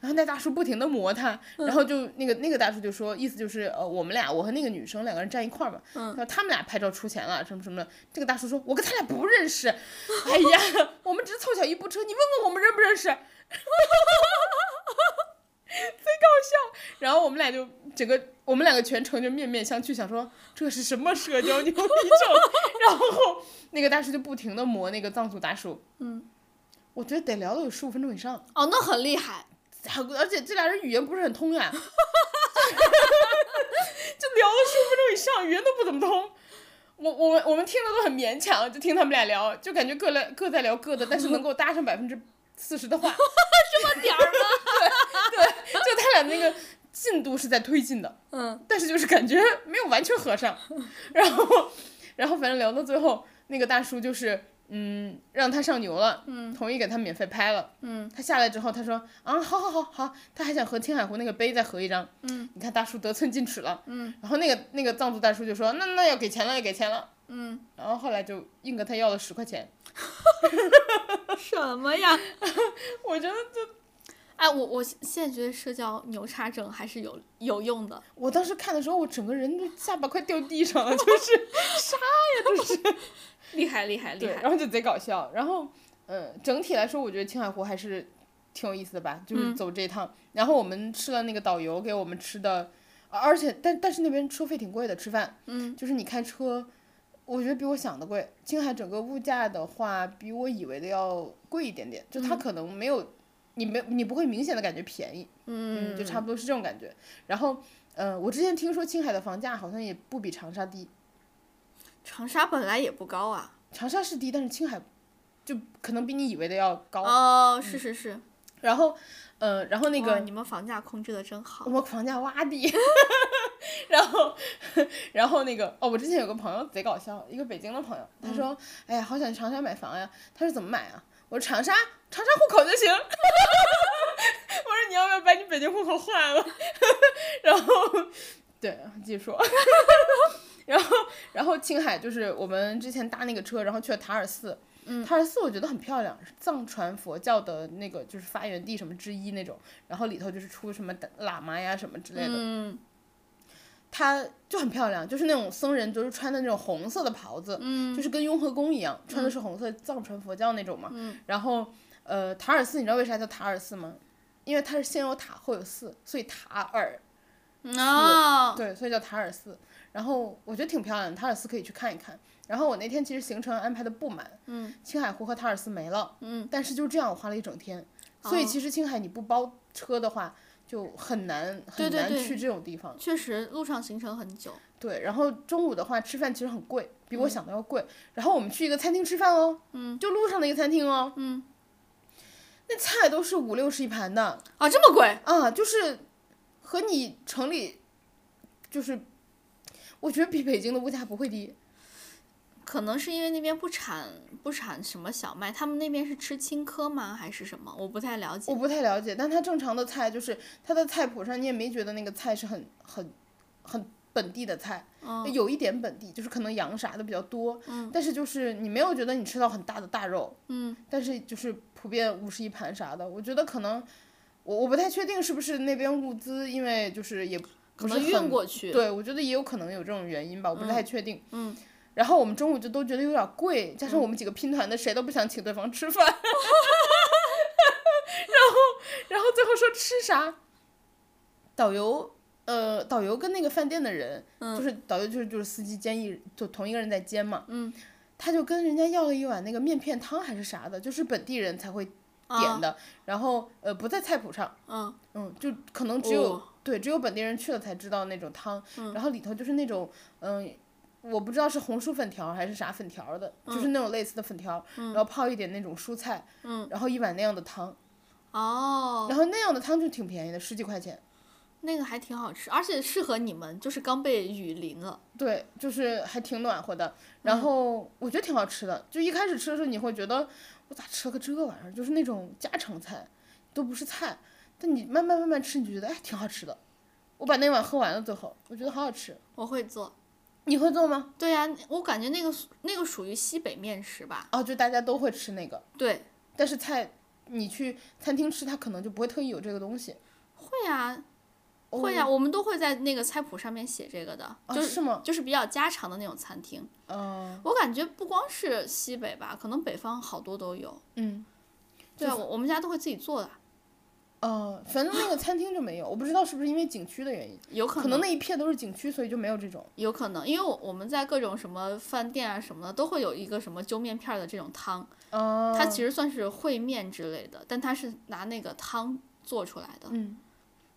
[SPEAKER 2] 然后那大叔不停的磨他，然后就那个那个大叔就说，意思就是呃，我们俩我和那个女生两个人站一块儿嘛，然后他们俩拍照出钱了什么什么的。这个大叔说，我跟他俩不认识，哎呀， 我们只是凑巧一部车，你问问我们认不认识。 贼搞笑，然后我们俩就整个，我们两个全程就面面相觑，想说这是什么社交牛逼症？然后那个大叔就不停的磨那个藏族大叔，
[SPEAKER 1] 嗯，
[SPEAKER 2] 我觉得得聊了有十五分钟以上。
[SPEAKER 1] 哦，那很厉害，
[SPEAKER 2] 而且这俩人语言不是很通 呀，就聊了十五分钟以上，语言都不怎么通。我我们我们听的都很勉强，就听他们俩聊，就感觉各来各在聊各的，但是能够搭上百分之四十的 话，
[SPEAKER 1] 这么点儿吗？
[SPEAKER 2] 就他俩那个进度是在推进的。
[SPEAKER 1] 嗯，
[SPEAKER 2] 但是就是感觉没有完全合 上，然后，然后反正聊到最后，那个大叔就是，嗯，让他上牛了，嗯，同意给他免费拍了，
[SPEAKER 1] 嗯，
[SPEAKER 2] 他下来之后，他说，啊，好好好好，他还想和青海湖那个碑再合一张，嗯，你看大叔得寸进尺了，嗯，然后那个那个藏族大叔就说，那那要给钱了，要给钱了，
[SPEAKER 1] 嗯，
[SPEAKER 2] 然后后来就硬跟他要了十块钱，
[SPEAKER 1] 什么呀？
[SPEAKER 2] 我觉得
[SPEAKER 1] 哎，我我现在觉得社交牛叉症还是有有用的。
[SPEAKER 2] 我当时看的时候，我整个人就下巴快掉地上了，就是
[SPEAKER 1] 厉害厉害厉
[SPEAKER 2] 对，
[SPEAKER 1] 害！
[SPEAKER 2] 然后就贼搞笑。然后，嗯，整体来说，我觉得青海湖还是挺有意思的吧，
[SPEAKER 1] 嗯
[SPEAKER 2] 就是走这一趟。然后我们吃了那个导游给我们吃的，啊而且但但是那边收费挺贵的，吃饭，
[SPEAKER 1] 嗯，
[SPEAKER 2] 就是你开车，我觉得比我想的贵。青海整个物价的话，比我以为的要贵一点点，就
[SPEAKER 1] 嗯
[SPEAKER 2] 它可能没有，你没你不会明显的感觉便宜，
[SPEAKER 1] 嗯，
[SPEAKER 2] 就差不多是这种感觉。然后，呃，我之前听说青海的房价好像也不比长沙低，
[SPEAKER 1] 长沙本来也不高啊。
[SPEAKER 2] 长沙是低，但是青海就可能比你以为的要高。
[SPEAKER 1] 哦，是是是，
[SPEAKER 2] 然后，呃，然后那
[SPEAKER 1] 哇
[SPEAKER 2] 个
[SPEAKER 1] 你们房价控制的真好
[SPEAKER 2] 我。们房价洼地， 然后， 然后那个哦，我之前有个朋友贼搞笑，一个北京的朋友，他
[SPEAKER 1] 嗯
[SPEAKER 2] 说：“哎呀，好想去长沙买房呀。”他说：“怎么买啊？”我说：“长沙，长沙户口就行。” 我说：“你要不要把你北京户口换了？” 然后，对，继续说。 然后，然后青海就是我们之前搭那个车，然后去了塔尔寺。
[SPEAKER 1] 嗯
[SPEAKER 2] 塔尔寺我觉得很漂亮，是藏传佛教的那个就是发源地什么之一那种，然后里头就是出什么喇嘛呀什么之类的，
[SPEAKER 1] 嗯
[SPEAKER 2] 它就很漂亮，就是那种僧人就是穿的那种红色的袍子，
[SPEAKER 1] 嗯
[SPEAKER 2] 就是跟雍和宫一样，穿的是红色藏传佛教那种嘛。
[SPEAKER 1] 嗯
[SPEAKER 2] 然后呃，塔尔寺你知道为啥叫塔尔寺吗？因为它是先有塔后有寺，所以塔尔
[SPEAKER 1] 哦，
[SPEAKER 2] 对，所以叫塔尔寺。然后我觉得挺漂亮的，塔尔寺可以去看一看。然后我那天其实行程安排的不满，
[SPEAKER 1] 嗯
[SPEAKER 2] 青海湖和塔尔寺没了，
[SPEAKER 1] 嗯，
[SPEAKER 2] 但是就这样我花了一整天。所以
[SPEAKER 1] 哦
[SPEAKER 2] 其实青海你不包车的话，就很难
[SPEAKER 1] 对
[SPEAKER 2] 很
[SPEAKER 1] 对
[SPEAKER 2] 难
[SPEAKER 1] 对
[SPEAKER 2] 去这种地方。
[SPEAKER 1] 确实路上行程很久。
[SPEAKER 2] 对，然后中午的话吃饭其实很贵，比我想的要贵。然后我们去一个餐厅吃饭哦，
[SPEAKER 1] 嗯，
[SPEAKER 2] 就路上的一个餐厅哦，
[SPEAKER 1] 嗯，
[SPEAKER 2] 那菜都是五六十一盘的
[SPEAKER 1] 啊，这么贵？
[SPEAKER 2] 啊，就是和你城里，就是我觉得比北京的物价不会低。
[SPEAKER 1] 可能是因为那边不产不产什么小麦，他们那边是吃青稞吗？还是什么？我不太了解
[SPEAKER 2] 我。不太了解，但它正常的菜就是它的菜谱上你也没觉得那个菜是很很很本地的菜，
[SPEAKER 1] 嗯
[SPEAKER 2] 有一点本地，就是可能羊啥的比较多，但是就是你没有觉得你吃到很大的大肉，
[SPEAKER 1] 嗯
[SPEAKER 2] 但是就是普遍五十一盘啥的，我觉得可能我我不太确定是不是那边物资，因为就是也
[SPEAKER 1] 可
[SPEAKER 2] 不是
[SPEAKER 1] 能
[SPEAKER 2] 很
[SPEAKER 1] 运过去。
[SPEAKER 2] 嗯对，我觉得也有可能有这种原因吧，我不太确定。
[SPEAKER 1] 嗯
[SPEAKER 2] 然后我们中午就都觉得有点贵，加上我们几个拼团的谁都不想请对方吃饭，然 后然后最后说吃啥，导游呃导游跟那个饭店的人，
[SPEAKER 1] 嗯
[SPEAKER 2] 就是导游就是就是司机兼一就同一个人在兼嘛，
[SPEAKER 1] 嗯，
[SPEAKER 2] 他就跟人家要了一碗那个面片汤还是啥的，就是本地人才会点
[SPEAKER 1] 啊
[SPEAKER 2] 的，然后呃不在菜谱上，
[SPEAKER 1] 嗯
[SPEAKER 2] 嗯，就可能只有、
[SPEAKER 1] 哦嗯
[SPEAKER 2] 对只有本地人去了才知道那种汤，然后里头就是那种嗯、我不知道是红薯粉条还是啥粉条的，就是那种类似的粉条，然后泡一点那种蔬菜，
[SPEAKER 1] 嗯，
[SPEAKER 2] 然后一碗那样的汤，
[SPEAKER 1] 哦，
[SPEAKER 2] 然后那样的汤就挺便宜的，十几块钱。
[SPEAKER 1] 那个还挺好吃，而且适合你们，就是刚被雨淋了。
[SPEAKER 2] 对，就是还挺暖和
[SPEAKER 1] 嗯
[SPEAKER 2] 的，然后我觉得挺好吃的。就一开始吃的时候，你会觉得我咋吃了个这玩意儿，就是那种家常菜，都不是菜。但你慢慢慢慢吃，你就觉得哎挺好吃的。我把那碗喝完了，最后我觉得好好吃。
[SPEAKER 1] 我会做。
[SPEAKER 2] 你会做吗？
[SPEAKER 1] 对呀、我感觉那个属那个属于西北面食吧。
[SPEAKER 2] 哦，就大家都会吃那个，
[SPEAKER 1] 对，
[SPEAKER 2] 但是菜你去餐厅吃，它可能就不会特意有这个东西。
[SPEAKER 1] 会呀、
[SPEAKER 2] 哦
[SPEAKER 1] 会呀、我们都会在那个菜谱上面写这个的，
[SPEAKER 2] 啊
[SPEAKER 1] 就是
[SPEAKER 2] 吗？
[SPEAKER 1] 就是比较家常的那种餐厅。
[SPEAKER 2] 嗯
[SPEAKER 1] 我感觉不光是西北吧，可能北方好多都有。
[SPEAKER 2] 嗯，
[SPEAKER 1] 对啊，我我们家都会自己做的，
[SPEAKER 2] 哦，反正那个餐厅就没有，我不知道是不是因为景区的原因，
[SPEAKER 1] 有可
[SPEAKER 2] 可能那一片都是景区，所以就没有这种。
[SPEAKER 1] 有可能，因为我我们在各种什么饭店啊什么的，都会有一个什么揪面片儿的这种汤，
[SPEAKER 2] 哦，
[SPEAKER 1] 它其实算是烩面之类的，但它是拿那个汤做出来的。
[SPEAKER 2] 嗯。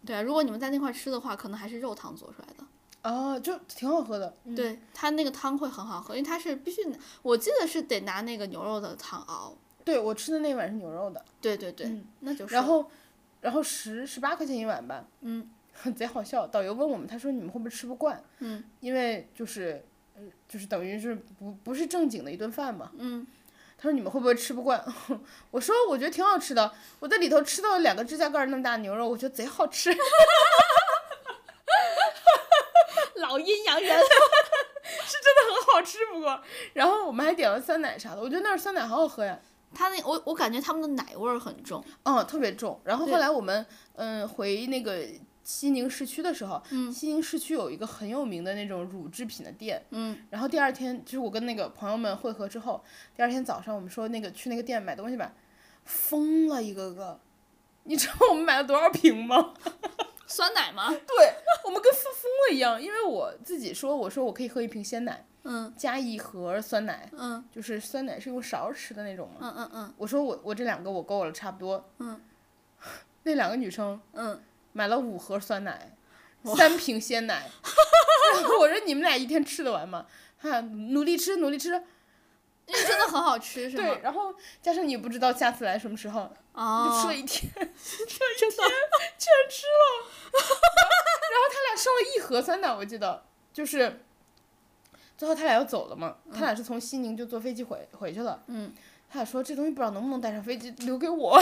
[SPEAKER 1] 对啊，如果你们在那块儿吃的话，可能还是肉汤做出来的。
[SPEAKER 2] 哦，就挺好喝的。嗯，
[SPEAKER 1] 对，它那个汤会很好喝，因为它是必须，我记得是得拿那个牛肉的汤熬。
[SPEAKER 2] 对我吃的那碗是牛肉的，
[SPEAKER 1] 对对对，
[SPEAKER 2] 嗯
[SPEAKER 1] 那就是。
[SPEAKER 2] 然后，然后十十八块钱一碗吧，
[SPEAKER 1] 嗯，
[SPEAKER 2] 贼好笑。导游问我们，他说你们会不会吃不惯？
[SPEAKER 1] 嗯，
[SPEAKER 2] 因为就是，呃就是等于是不不是正经的一顿饭嘛。
[SPEAKER 1] 嗯，
[SPEAKER 2] 他说你们会不会吃不惯？ 我说我觉得挺好吃的，我在里头吃到了两个指甲盖儿那么大的牛肉，我觉得贼好吃。
[SPEAKER 1] 老阴阳人，
[SPEAKER 2] 好吃不过，们还点了酸奶啥的，我觉得那儿酸奶好好喝呀。
[SPEAKER 1] 它那我我感觉他们的奶味儿很重，
[SPEAKER 2] 嗯，特别重。然后后来我们嗯回那个西宁市区的时候，
[SPEAKER 1] 嗯
[SPEAKER 2] 西宁市区有一个很有名的那种乳制品的店，
[SPEAKER 1] 嗯，
[SPEAKER 2] 然后第二天就是我跟那个朋友们会合之后，第二天早上我们说那个去那个店买东西吧，疯了一个个。你知道我们买了多少瓶吗？
[SPEAKER 1] 酸奶吗？
[SPEAKER 2] 对我们跟疯疯了一样，因为我自己说，我说我可以喝一瓶鲜奶，
[SPEAKER 1] 嗯
[SPEAKER 2] 加一盒酸奶，
[SPEAKER 1] 嗯
[SPEAKER 2] 就是酸奶是用勺吃的那种嘛。
[SPEAKER 1] 嗯嗯嗯
[SPEAKER 2] 我说我我这两个我够了，差不多。
[SPEAKER 1] 嗯，
[SPEAKER 2] 那两个女生
[SPEAKER 1] 嗯，
[SPEAKER 2] 买了五盒酸奶，三瓶 鲜奶。然后我说你们俩一天吃得完吗？哈，努力吃，努力吃。
[SPEAKER 1] 因为真的很好吃，是吗
[SPEAKER 2] 对，？然后加上你也不知道下次来什么时候，就吃
[SPEAKER 1] 哦
[SPEAKER 2] 了，一天， 吃了一天，居然吃了。 然后他俩剩了一盒酸奶，我记得就是，最后他俩要走了嘛，他俩是从西宁就坐飞机回回去了。
[SPEAKER 1] 嗯，
[SPEAKER 2] 他俩说这东西不知道能不能带上飞机，留 给我，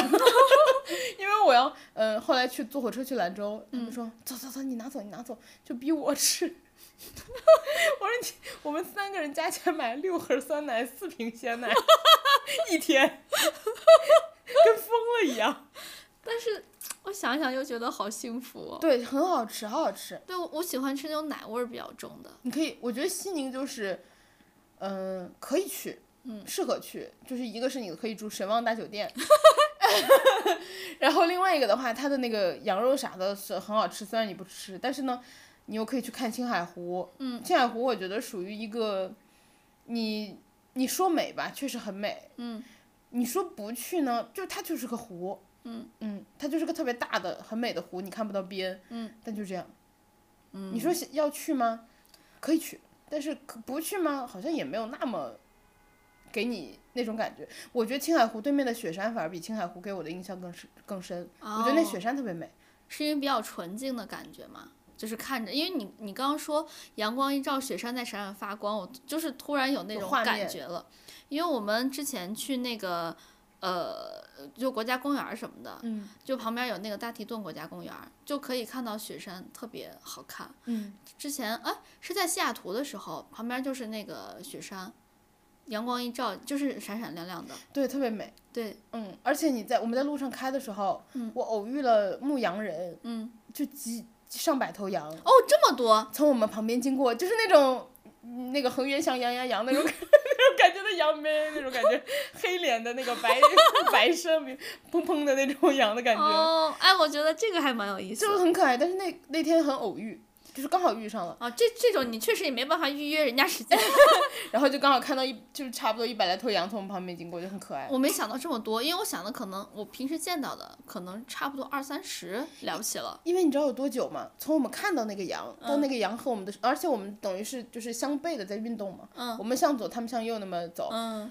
[SPEAKER 2] 因为我要嗯、呃后来去坐火车去兰州，他
[SPEAKER 1] 嗯
[SPEAKER 2] 们说、走走走，你拿走你拿走，就逼我吃。 我说你，我们三个人加起来买了六盒酸奶，四瓶鲜奶， 一天，跟疯了一样。
[SPEAKER 1] 但是我想想又觉得好幸福哦。
[SPEAKER 2] 对，很好吃，好好吃。
[SPEAKER 1] 对，我我喜欢吃那种奶味儿比较重的。
[SPEAKER 2] 你可以，我觉得西宁就是，嗯、可以去，
[SPEAKER 1] 嗯
[SPEAKER 2] 适合去，就是一个是你可以住神旺大 酒店， 然后另外一个的话，它的那个羊肉啥的是很好吃，虽然你不吃，但是呢，你又可以去看青海湖，
[SPEAKER 1] 嗯，
[SPEAKER 2] 青海湖我觉得属于一个，你你说美吧，确实很美，
[SPEAKER 1] 嗯，
[SPEAKER 2] 你说不去呢，就它就是个湖，
[SPEAKER 1] 嗯
[SPEAKER 2] 它就是个特别大的很美的湖，你看不到边，
[SPEAKER 1] 嗯，
[SPEAKER 2] 但就这样，
[SPEAKER 1] 嗯
[SPEAKER 2] 你说想要去吗？可以去，但是可不去吗？好像也没有那么给你那种感觉。我觉得青海湖对面的雪山反而比青海湖给我的印象更深更深。我觉得那雪
[SPEAKER 1] 哦、
[SPEAKER 2] 山特别美。
[SPEAKER 1] 是因为比较纯净的感觉嘛，就是看着，因为你你刚刚说阳光一照，雪山在闪闪发光，我就是突然有那
[SPEAKER 2] 有
[SPEAKER 1] 种
[SPEAKER 2] 画
[SPEAKER 1] 感
[SPEAKER 2] 面
[SPEAKER 1] 觉了。因为我们之前去那个呃，就国家公园儿什么的，
[SPEAKER 2] 嗯
[SPEAKER 1] 就旁边有那个大提顿国家公园儿，就可以看到雪山，特别好看。
[SPEAKER 2] 嗯，
[SPEAKER 1] 之前哎是在西雅图的时候，旁边就是那个雪山，阳光一照就是闪闪亮亮的。
[SPEAKER 2] 对，特别美。
[SPEAKER 1] 对，
[SPEAKER 2] 嗯，而且你在我们在路上开的时候，我偶遇了牧羊人，
[SPEAKER 1] 嗯，
[SPEAKER 2] 就几上百头羊
[SPEAKER 1] 哦，这么多，
[SPEAKER 2] 从我们旁边经过，就是那种嗯那个恒源祥羊羊羊那种 那种感觉的羊呗，那种感觉，黑脸的那个白白色砰砰的那种羊的感觉。
[SPEAKER 1] 哦，哎，我觉得这个还蛮有意思
[SPEAKER 2] 就是
[SPEAKER 1] 的。
[SPEAKER 2] 很可爱，但是那那天很偶遇，就是刚好遇上了，
[SPEAKER 1] 啊，这这种你确实也没办法预约人家时间。
[SPEAKER 2] 然后就刚好看到一就是差不多一百来头羊从我们旁边经过，就很可爱。
[SPEAKER 1] 我没想到这么多，因为我想的可能我平时见到的可能差不多二三十了不起了。
[SPEAKER 2] 因为你知道有多久吗？从我们看到那个羊到
[SPEAKER 1] 嗯
[SPEAKER 2] 那个羊和我们的，而且我们等于是就是相悖的在运动嘛，
[SPEAKER 1] 嗯
[SPEAKER 2] 我们向左，他们向右那么走，
[SPEAKER 1] 嗯，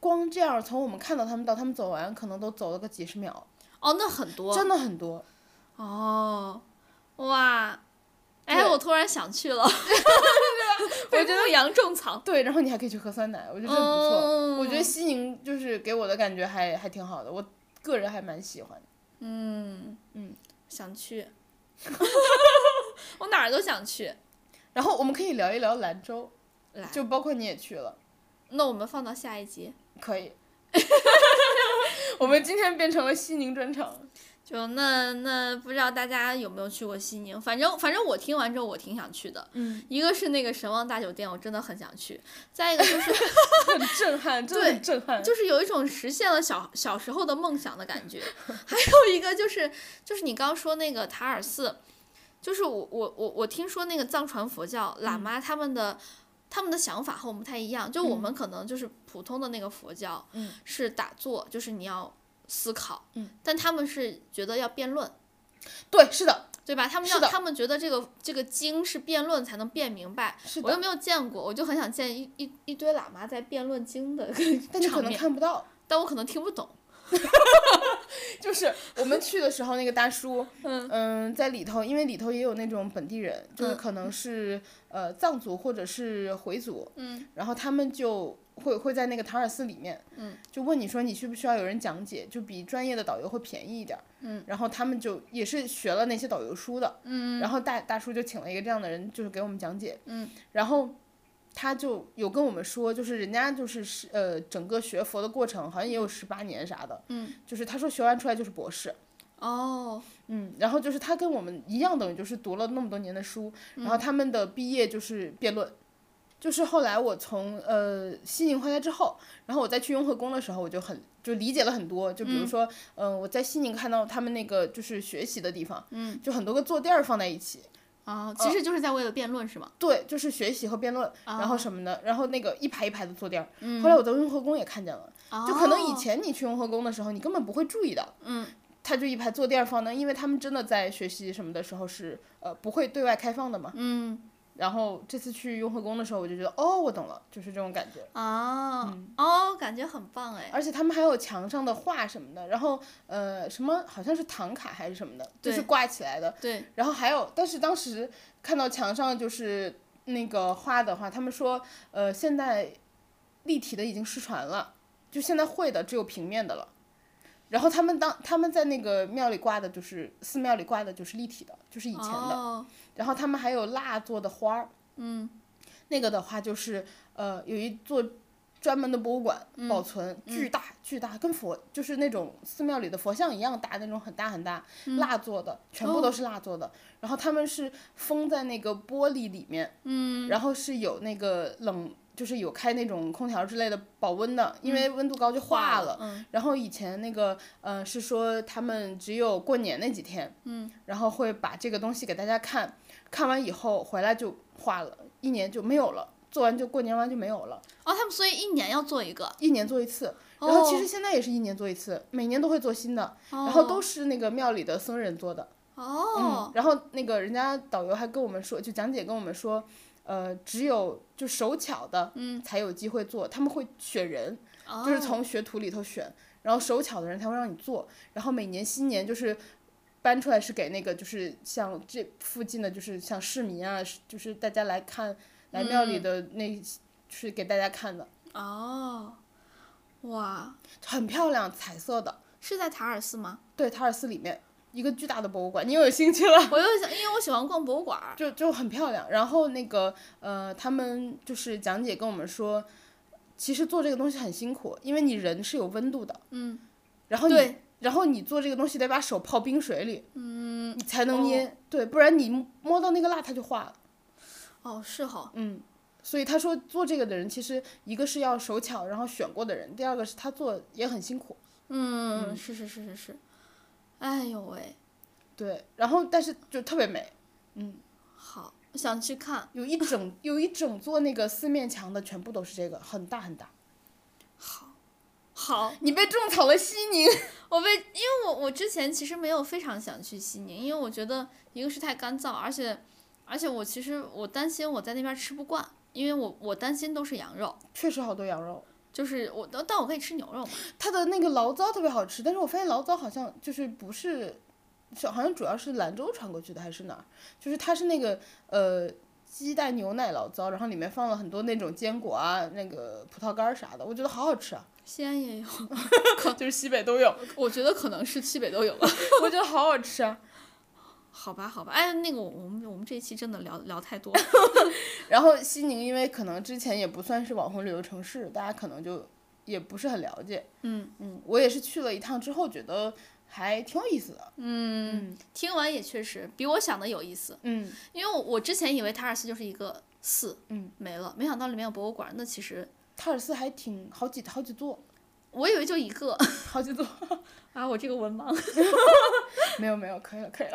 [SPEAKER 2] 光这样从我们看到他们到他们走完，可能都走了个几十秒，
[SPEAKER 1] 哦，那很多
[SPEAKER 2] 真的很多。
[SPEAKER 1] 哦，哇，哎，
[SPEAKER 2] 对
[SPEAKER 1] 我突然想去 了，
[SPEAKER 2] 我
[SPEAKER 1] 被
[SPEAKER 2] 觉
[SPEAKER 1] 牧羊种草，
[SPEAKER 2] 对，然后你还可以去喝酸奶，我觉得这不错。
[SPEAKER 1] 嗯，
[SPEAKER 2] 我觉得西宁就是给我的感觉还还挺好的，我个人还蛮喜欢的。
[SPEAKER 1] 嗯
[SPEAKER 2] 嗯
[SPEAKER 1] 想去， 我哪儿都想去。
[SPEAKER 2] 然后我们可以聊一聊兰州，
[SPEAKER 1] 来，
[SPEAKER 2] 就包括你也去了。
[SPEAKER 1] 那我们放到下一集，
[SPEAKER 2] 可以。 我们今天变成了西宁专场，
[SPEAKER 1] 就那那不知道大家有没有去过西宁，反正反正我听完之后我挺想去的。
[SPEAKER 2] 嗯，
[SPEAKER 1] 一个是那个神旺大酒店，我真的很想去；再一个就是
[SPEAKER 2] 很震撼，真的很震撼。
[SPEAKER 1] 就是有一种实现了小小时候的梦想的感觉。 还有一个就是就是你刚刚说那个塔尔寺，就是我我我我听说那个藏传佛教
[SPEAKER 2] 嗯
[SPEAKER 1] 喇嘛他们的、他们的想法和我们不太一样，就我们可能就是普通的那个佛教，
[SPEAKER 2] 嗯
[SPEAKER 1] 是打坐，就是你要思考，
[SPEAKER 2] 嗯
[SPEAKER 1] 但他们是觉得要辩论。
[SPEAKER 2] 对，是的，
[SPEAKER 1] 对吧？他们
[SPEAKER 2] 是
[SPEAKER 1] 要，
[SPEAKER 2] 的
[SPEAKER 1] 他们觉得这个这个经是辩论才能辩明白，
[SPEAKER 2] 是
[SPEAKER 1] 我又
[SPEAKER 2] 的，
[SPEAKER 1] 没有见过，我就很想见一一一堆喇嘛在辩论经的 场面，
[SPEAKER 2] 但你可能看不到。
[SPEAKER 1] 但我可能听不懂。
[SPEAKER 2] 就是我们去的时候，那个大叔，
[SPEAKER 1] 嗯
[SPEAKER 2] 嗯，在里头，因为里头也有那种本地人，就是
[SPEAKER 1] 嗯
[SPEAKER 2] 可能是呃藏族或者是回族，
[SPEAKER 1] 嗯
[SPEAKER 2] 然后他们就会会在那个塔尔寺里面，
[SPEAKER 1] 嗯，
[SPEAKER 2] 就问你说你需不需要有人讲解，就比专业的导游会便宜一点，
[SPEAKER 1] 嗯，
[SPEAKER 2] 然后他们就也是学了那些导游书的，
[SPEAKER 1] 嗯
[SPEAKER 2] 然后大大叔就请了一个这样的人，就是给我们讲解，
[SPEAKER 1] 嗯，
[SPEAKER 2] 然后他就有跟我们说，就是人家就是是呃整个学佛的过程好像也有十八年啥的，
[SPEAKER 1] 嗯，
[SPEAKER 2] 就是他说学完出来就是博士，
[SPEAKER 1] 哦，
[SPEAKER 2] 嗯，然后就是他跟我们一样，等于就是读了那么多年的书，然
[SPEAKER 1] 嗯
[SPEAKER 2] 后他们的毕业就是辩论。就是后来我从呃西宁回来之后，然后我再去雍和宫的时候，我就很就理解了很多。就比如说，嗯、我在西宁看到他们那个就是学习的地方，
[SPEAKER 1] 嗯，
[SPEAKER 2] 就很多个坐垫儿放在一起，
[SPEAKER 1] 哦，其实就是在为了辩论是吗？
[SPEAKER 2] 对，就是学习和辩论，然后
[SPEAKER 1] 哦
[SPEAKER 2] 什么的，然后那个一排一排的坐垫儿。
[SPEAKER 1] 嗯
[SPEAKER 2] 后来我在雍和宫也看见了，就可能以
[SPEAKER 1] 哦，
[SPEAKER 2] 前你去雍和宫的时候，你根本不会注意到，
[SPEAKER 1] 嗯，
[SPEAKER 2] 它就一排坐垫儿放那，因为他们真的在学习什么的时候是呃不会对外开放的嘛。
[SPEAKER 1] 嗯，
[SPEAKER 2] 然后这次去雍和宫的时候，我就觉得哦，我懂了，就是这种感觉。
[SPEAKER 1] 哦，
[SPEAKER 2] 嗯
[SPEAKER 1] 哦，感觉很棒哎，
[SPEAKER 2] 而且他们还有墙上的画什么的，然后呃什么好像是唐卡还是什么的，就是
[SPEAKER 1] 对
[SPEAKER 2] 挂起来的。
[SPEAKER 1] 对，
[SPEAKER 2] 然后还有，但是当时看到墙上就是那个画的话，他们说，呃，现在立体的已经失传了，就现在绘的只有平面的了。然后他们当他们在那个庙里挂的，就是寺庙里挂的，就是立体的，就是以前的。
[SPEAKER 1] 哦，
[SPEAKER 2] 然后他们还有蜡做的花儿，
[SPEAKER 1] 嗯，
[SPEAKER 2] 那个的话就是呃有一座专门的博物馆保存，巨大巨大，跟佛就是那种寺庙里的佛像一样大，那种很大很大，蜡做的，全部都是蜡做的。然后他们是封在那个玻璃里面，嗯，然后是有那个冷。就是有开那种空调之类的保温的，因为温度高就嗯化了。
[SPEAKER 1] 嗯，
[SPEAKER 2] 然后以前那个呃是说他们只有过年那几天，嗯，然后会把这个东西给大家看，看完以后回来就化了，一年就没有了，做完就过年完就没有了，
[SPEAKER 1] 哦，他们所以一年要做一个，哦
[SPEAKER 2] 一年做一次。然后其实现在也是一年做一次，每年都会做新的，然后嗯都是那个庙里的僧人做的。
[SPEAKER 1] 哦，
[SPEAKER 2] 然后那个人家导游还跟我们说，就讲解跟我们说，呃，只有就手巧的，嗯，才有机会做，他们会选人，
[SPEAKER 1] 哦
[SPEAKER 2] 就是从学徒里头选，然后手巧的人才会让你做，然后每年新年就是。搬出来是给那个，就是像这附近的，就是像市民啊，是就是大家来看来庙里的那，是给大家看的，
[SPEAKER 1] 哦，哇，
[SPEAKER 2] 很漂亮，彩色的。
[SPEAKER 1] 是在塔尔寺 吗？
[SPEAKER 2] 对，塔尔寺里面一个巨大的博物馆，你又有兴趣了，
[SPEAKER 1] 我又想，因为我喜欢逛博物馆儿。
[SPEAKER 2] 就就很漂亮。然后那个呃，他们就是讲解跟我们说，其实做这个东西很辛苦，因为你人是有温度的，
[SPEAKER 1] 嗯，
[SPEAKER 2] 然后你
[SPEAKER 1] 对，
[SPEAKER 2] 然后你做这个东西得把手泡冰水里，嗯，你才能捏，对，不然你摸摸到那个蜡它就化了，
[SPEAKER 1] 哦，是哈，
[SPEAKER 2] 嗯。所以他说，做这个的人其实一个是要手巧，然后选过的人；第二个是他做也很辛苦，
[SPEAKER 1] 嗯，是是是是是，哎呦喂，
[SPEAKER 2] 对。然后但是就特别美，
[SPEAKER 1] 好，我想去看，
[SPEAKER 2] 有一整有一整座那个四面墙的全部都是这个，很大很大。
[SPEAKER 1] 好，好，
[SPEAKER 2] 你被种草了西宁，
[SPEAKER 1] 我被，因为我我之前其实没有非常想去西宁，因为我觉得一个是太干燥，而且而且我其实我担心我在那边吃不惯，因为我我担心都是羊肉，
[SPEAKER 2] 确实好多羊肉。
[SPEAKER 1] 就是我但我可以吃牛肉嘛，
[SPEAKER 2] 它的那个醪糟特别好吃，但是我发现醪糟好像就是不是，是好像主要是兰州传过去的还是哪儿？就是它是那个呃鸡蛋牛奶醪糟，然后里面放了很多那种坚果啊、那个葡萄干儿啥的，我觉得好好吃啊，
[SPEAKER 1] 西安也有，
[SPEAKER 2] 就是西北都有，
[SPEAKER 1] 我觉得可能是西北都有吧。
[SPEAKER 2] 我觉得好好吃 啊。
[SPEAKER 1] 好吧，好吧，哎，那个我我们我们这一期真的聊聊太多了，
[SPEAKER 2] 然后西宁因为可能之前也不算是网红旅游城市，大家可能就也不是很了解。
[SPEAKER 1] 嗯
[SPEAKER 2] 嗯，我也是去了一趟之后觉得还挺有意思的。
[SPEAKER 1] 嗯，听完也确实比我想的有意思，
[SPEAKER 2] 嗯，
[SPEAKER 1] 因为我我之前以为塔尔寺就是一个寺，
[SPEAKER 2] 嗯，
[SPEAKER 1] 没了，没想到里面有博物馆，那其实
[SPEAKER 2] 塔尔寺还挺好几好几座，
[SPEAKER 1] 我以为就一个
[SPEAKER 2] 好几座。
[SPEAKER 1] 啊，我这个文盲，
[SPEAKER 2] 没有没有，可以了可以了。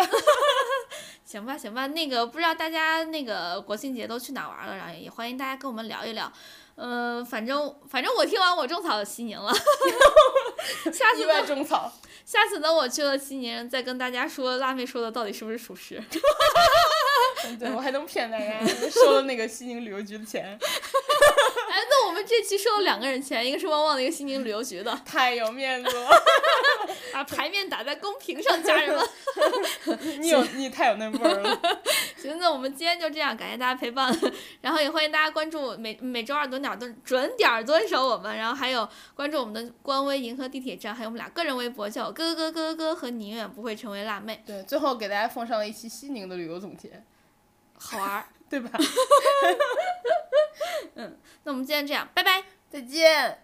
[SPEAKER 1] 行吧行吧，那个不知道大家那个国庆节都去哪玩了，然后也欢迎大家跟我们聊一聊，嗯、反正反正我听完我种草了西宁了， 下次
[SPEAKER 2] 意
[SPEAKER 1] 呢
[SPEAKER 2] 外种 草，
[SPEAKER 1] 下次等我去了西宁再跟大家说辣妹说的到底是不是属实。
[SPEAKER 2] 对我还能骗大家，收了那个西宁旅游局的钱，
[SPEAKER 1] 哎，那我们这期收了两个人钱，一个是旺旺的，一个西宁旅游局的，
[SPEAKER 2] 太有面子了。
[SPEAKER 1] 把牌面打在公屏上，家人们。
[SPEAKER 2] 你有你太有那味儿 了。
[SPEAKER 1] 行，那我们今天就这样，感谢大家陪伴， 然后也欢迎大家关注每每周二准点儿蹲准点儿蹲守我们，然后还有关注我们的官微银河地铁站，还有我们俩个人微博叫哥哥哥哥和你永远不会成为辣妹，
[SPEAKER 2] 对，最后给大家奉上了一期西宁的旅游总结，
[SPEAKER 1] 好玩儿。
[SPEAKER 2] 对吧？
[SPEAKER 1] 嗯，那我们今天这样，拜拜。
[SPEAKER 2] 再见。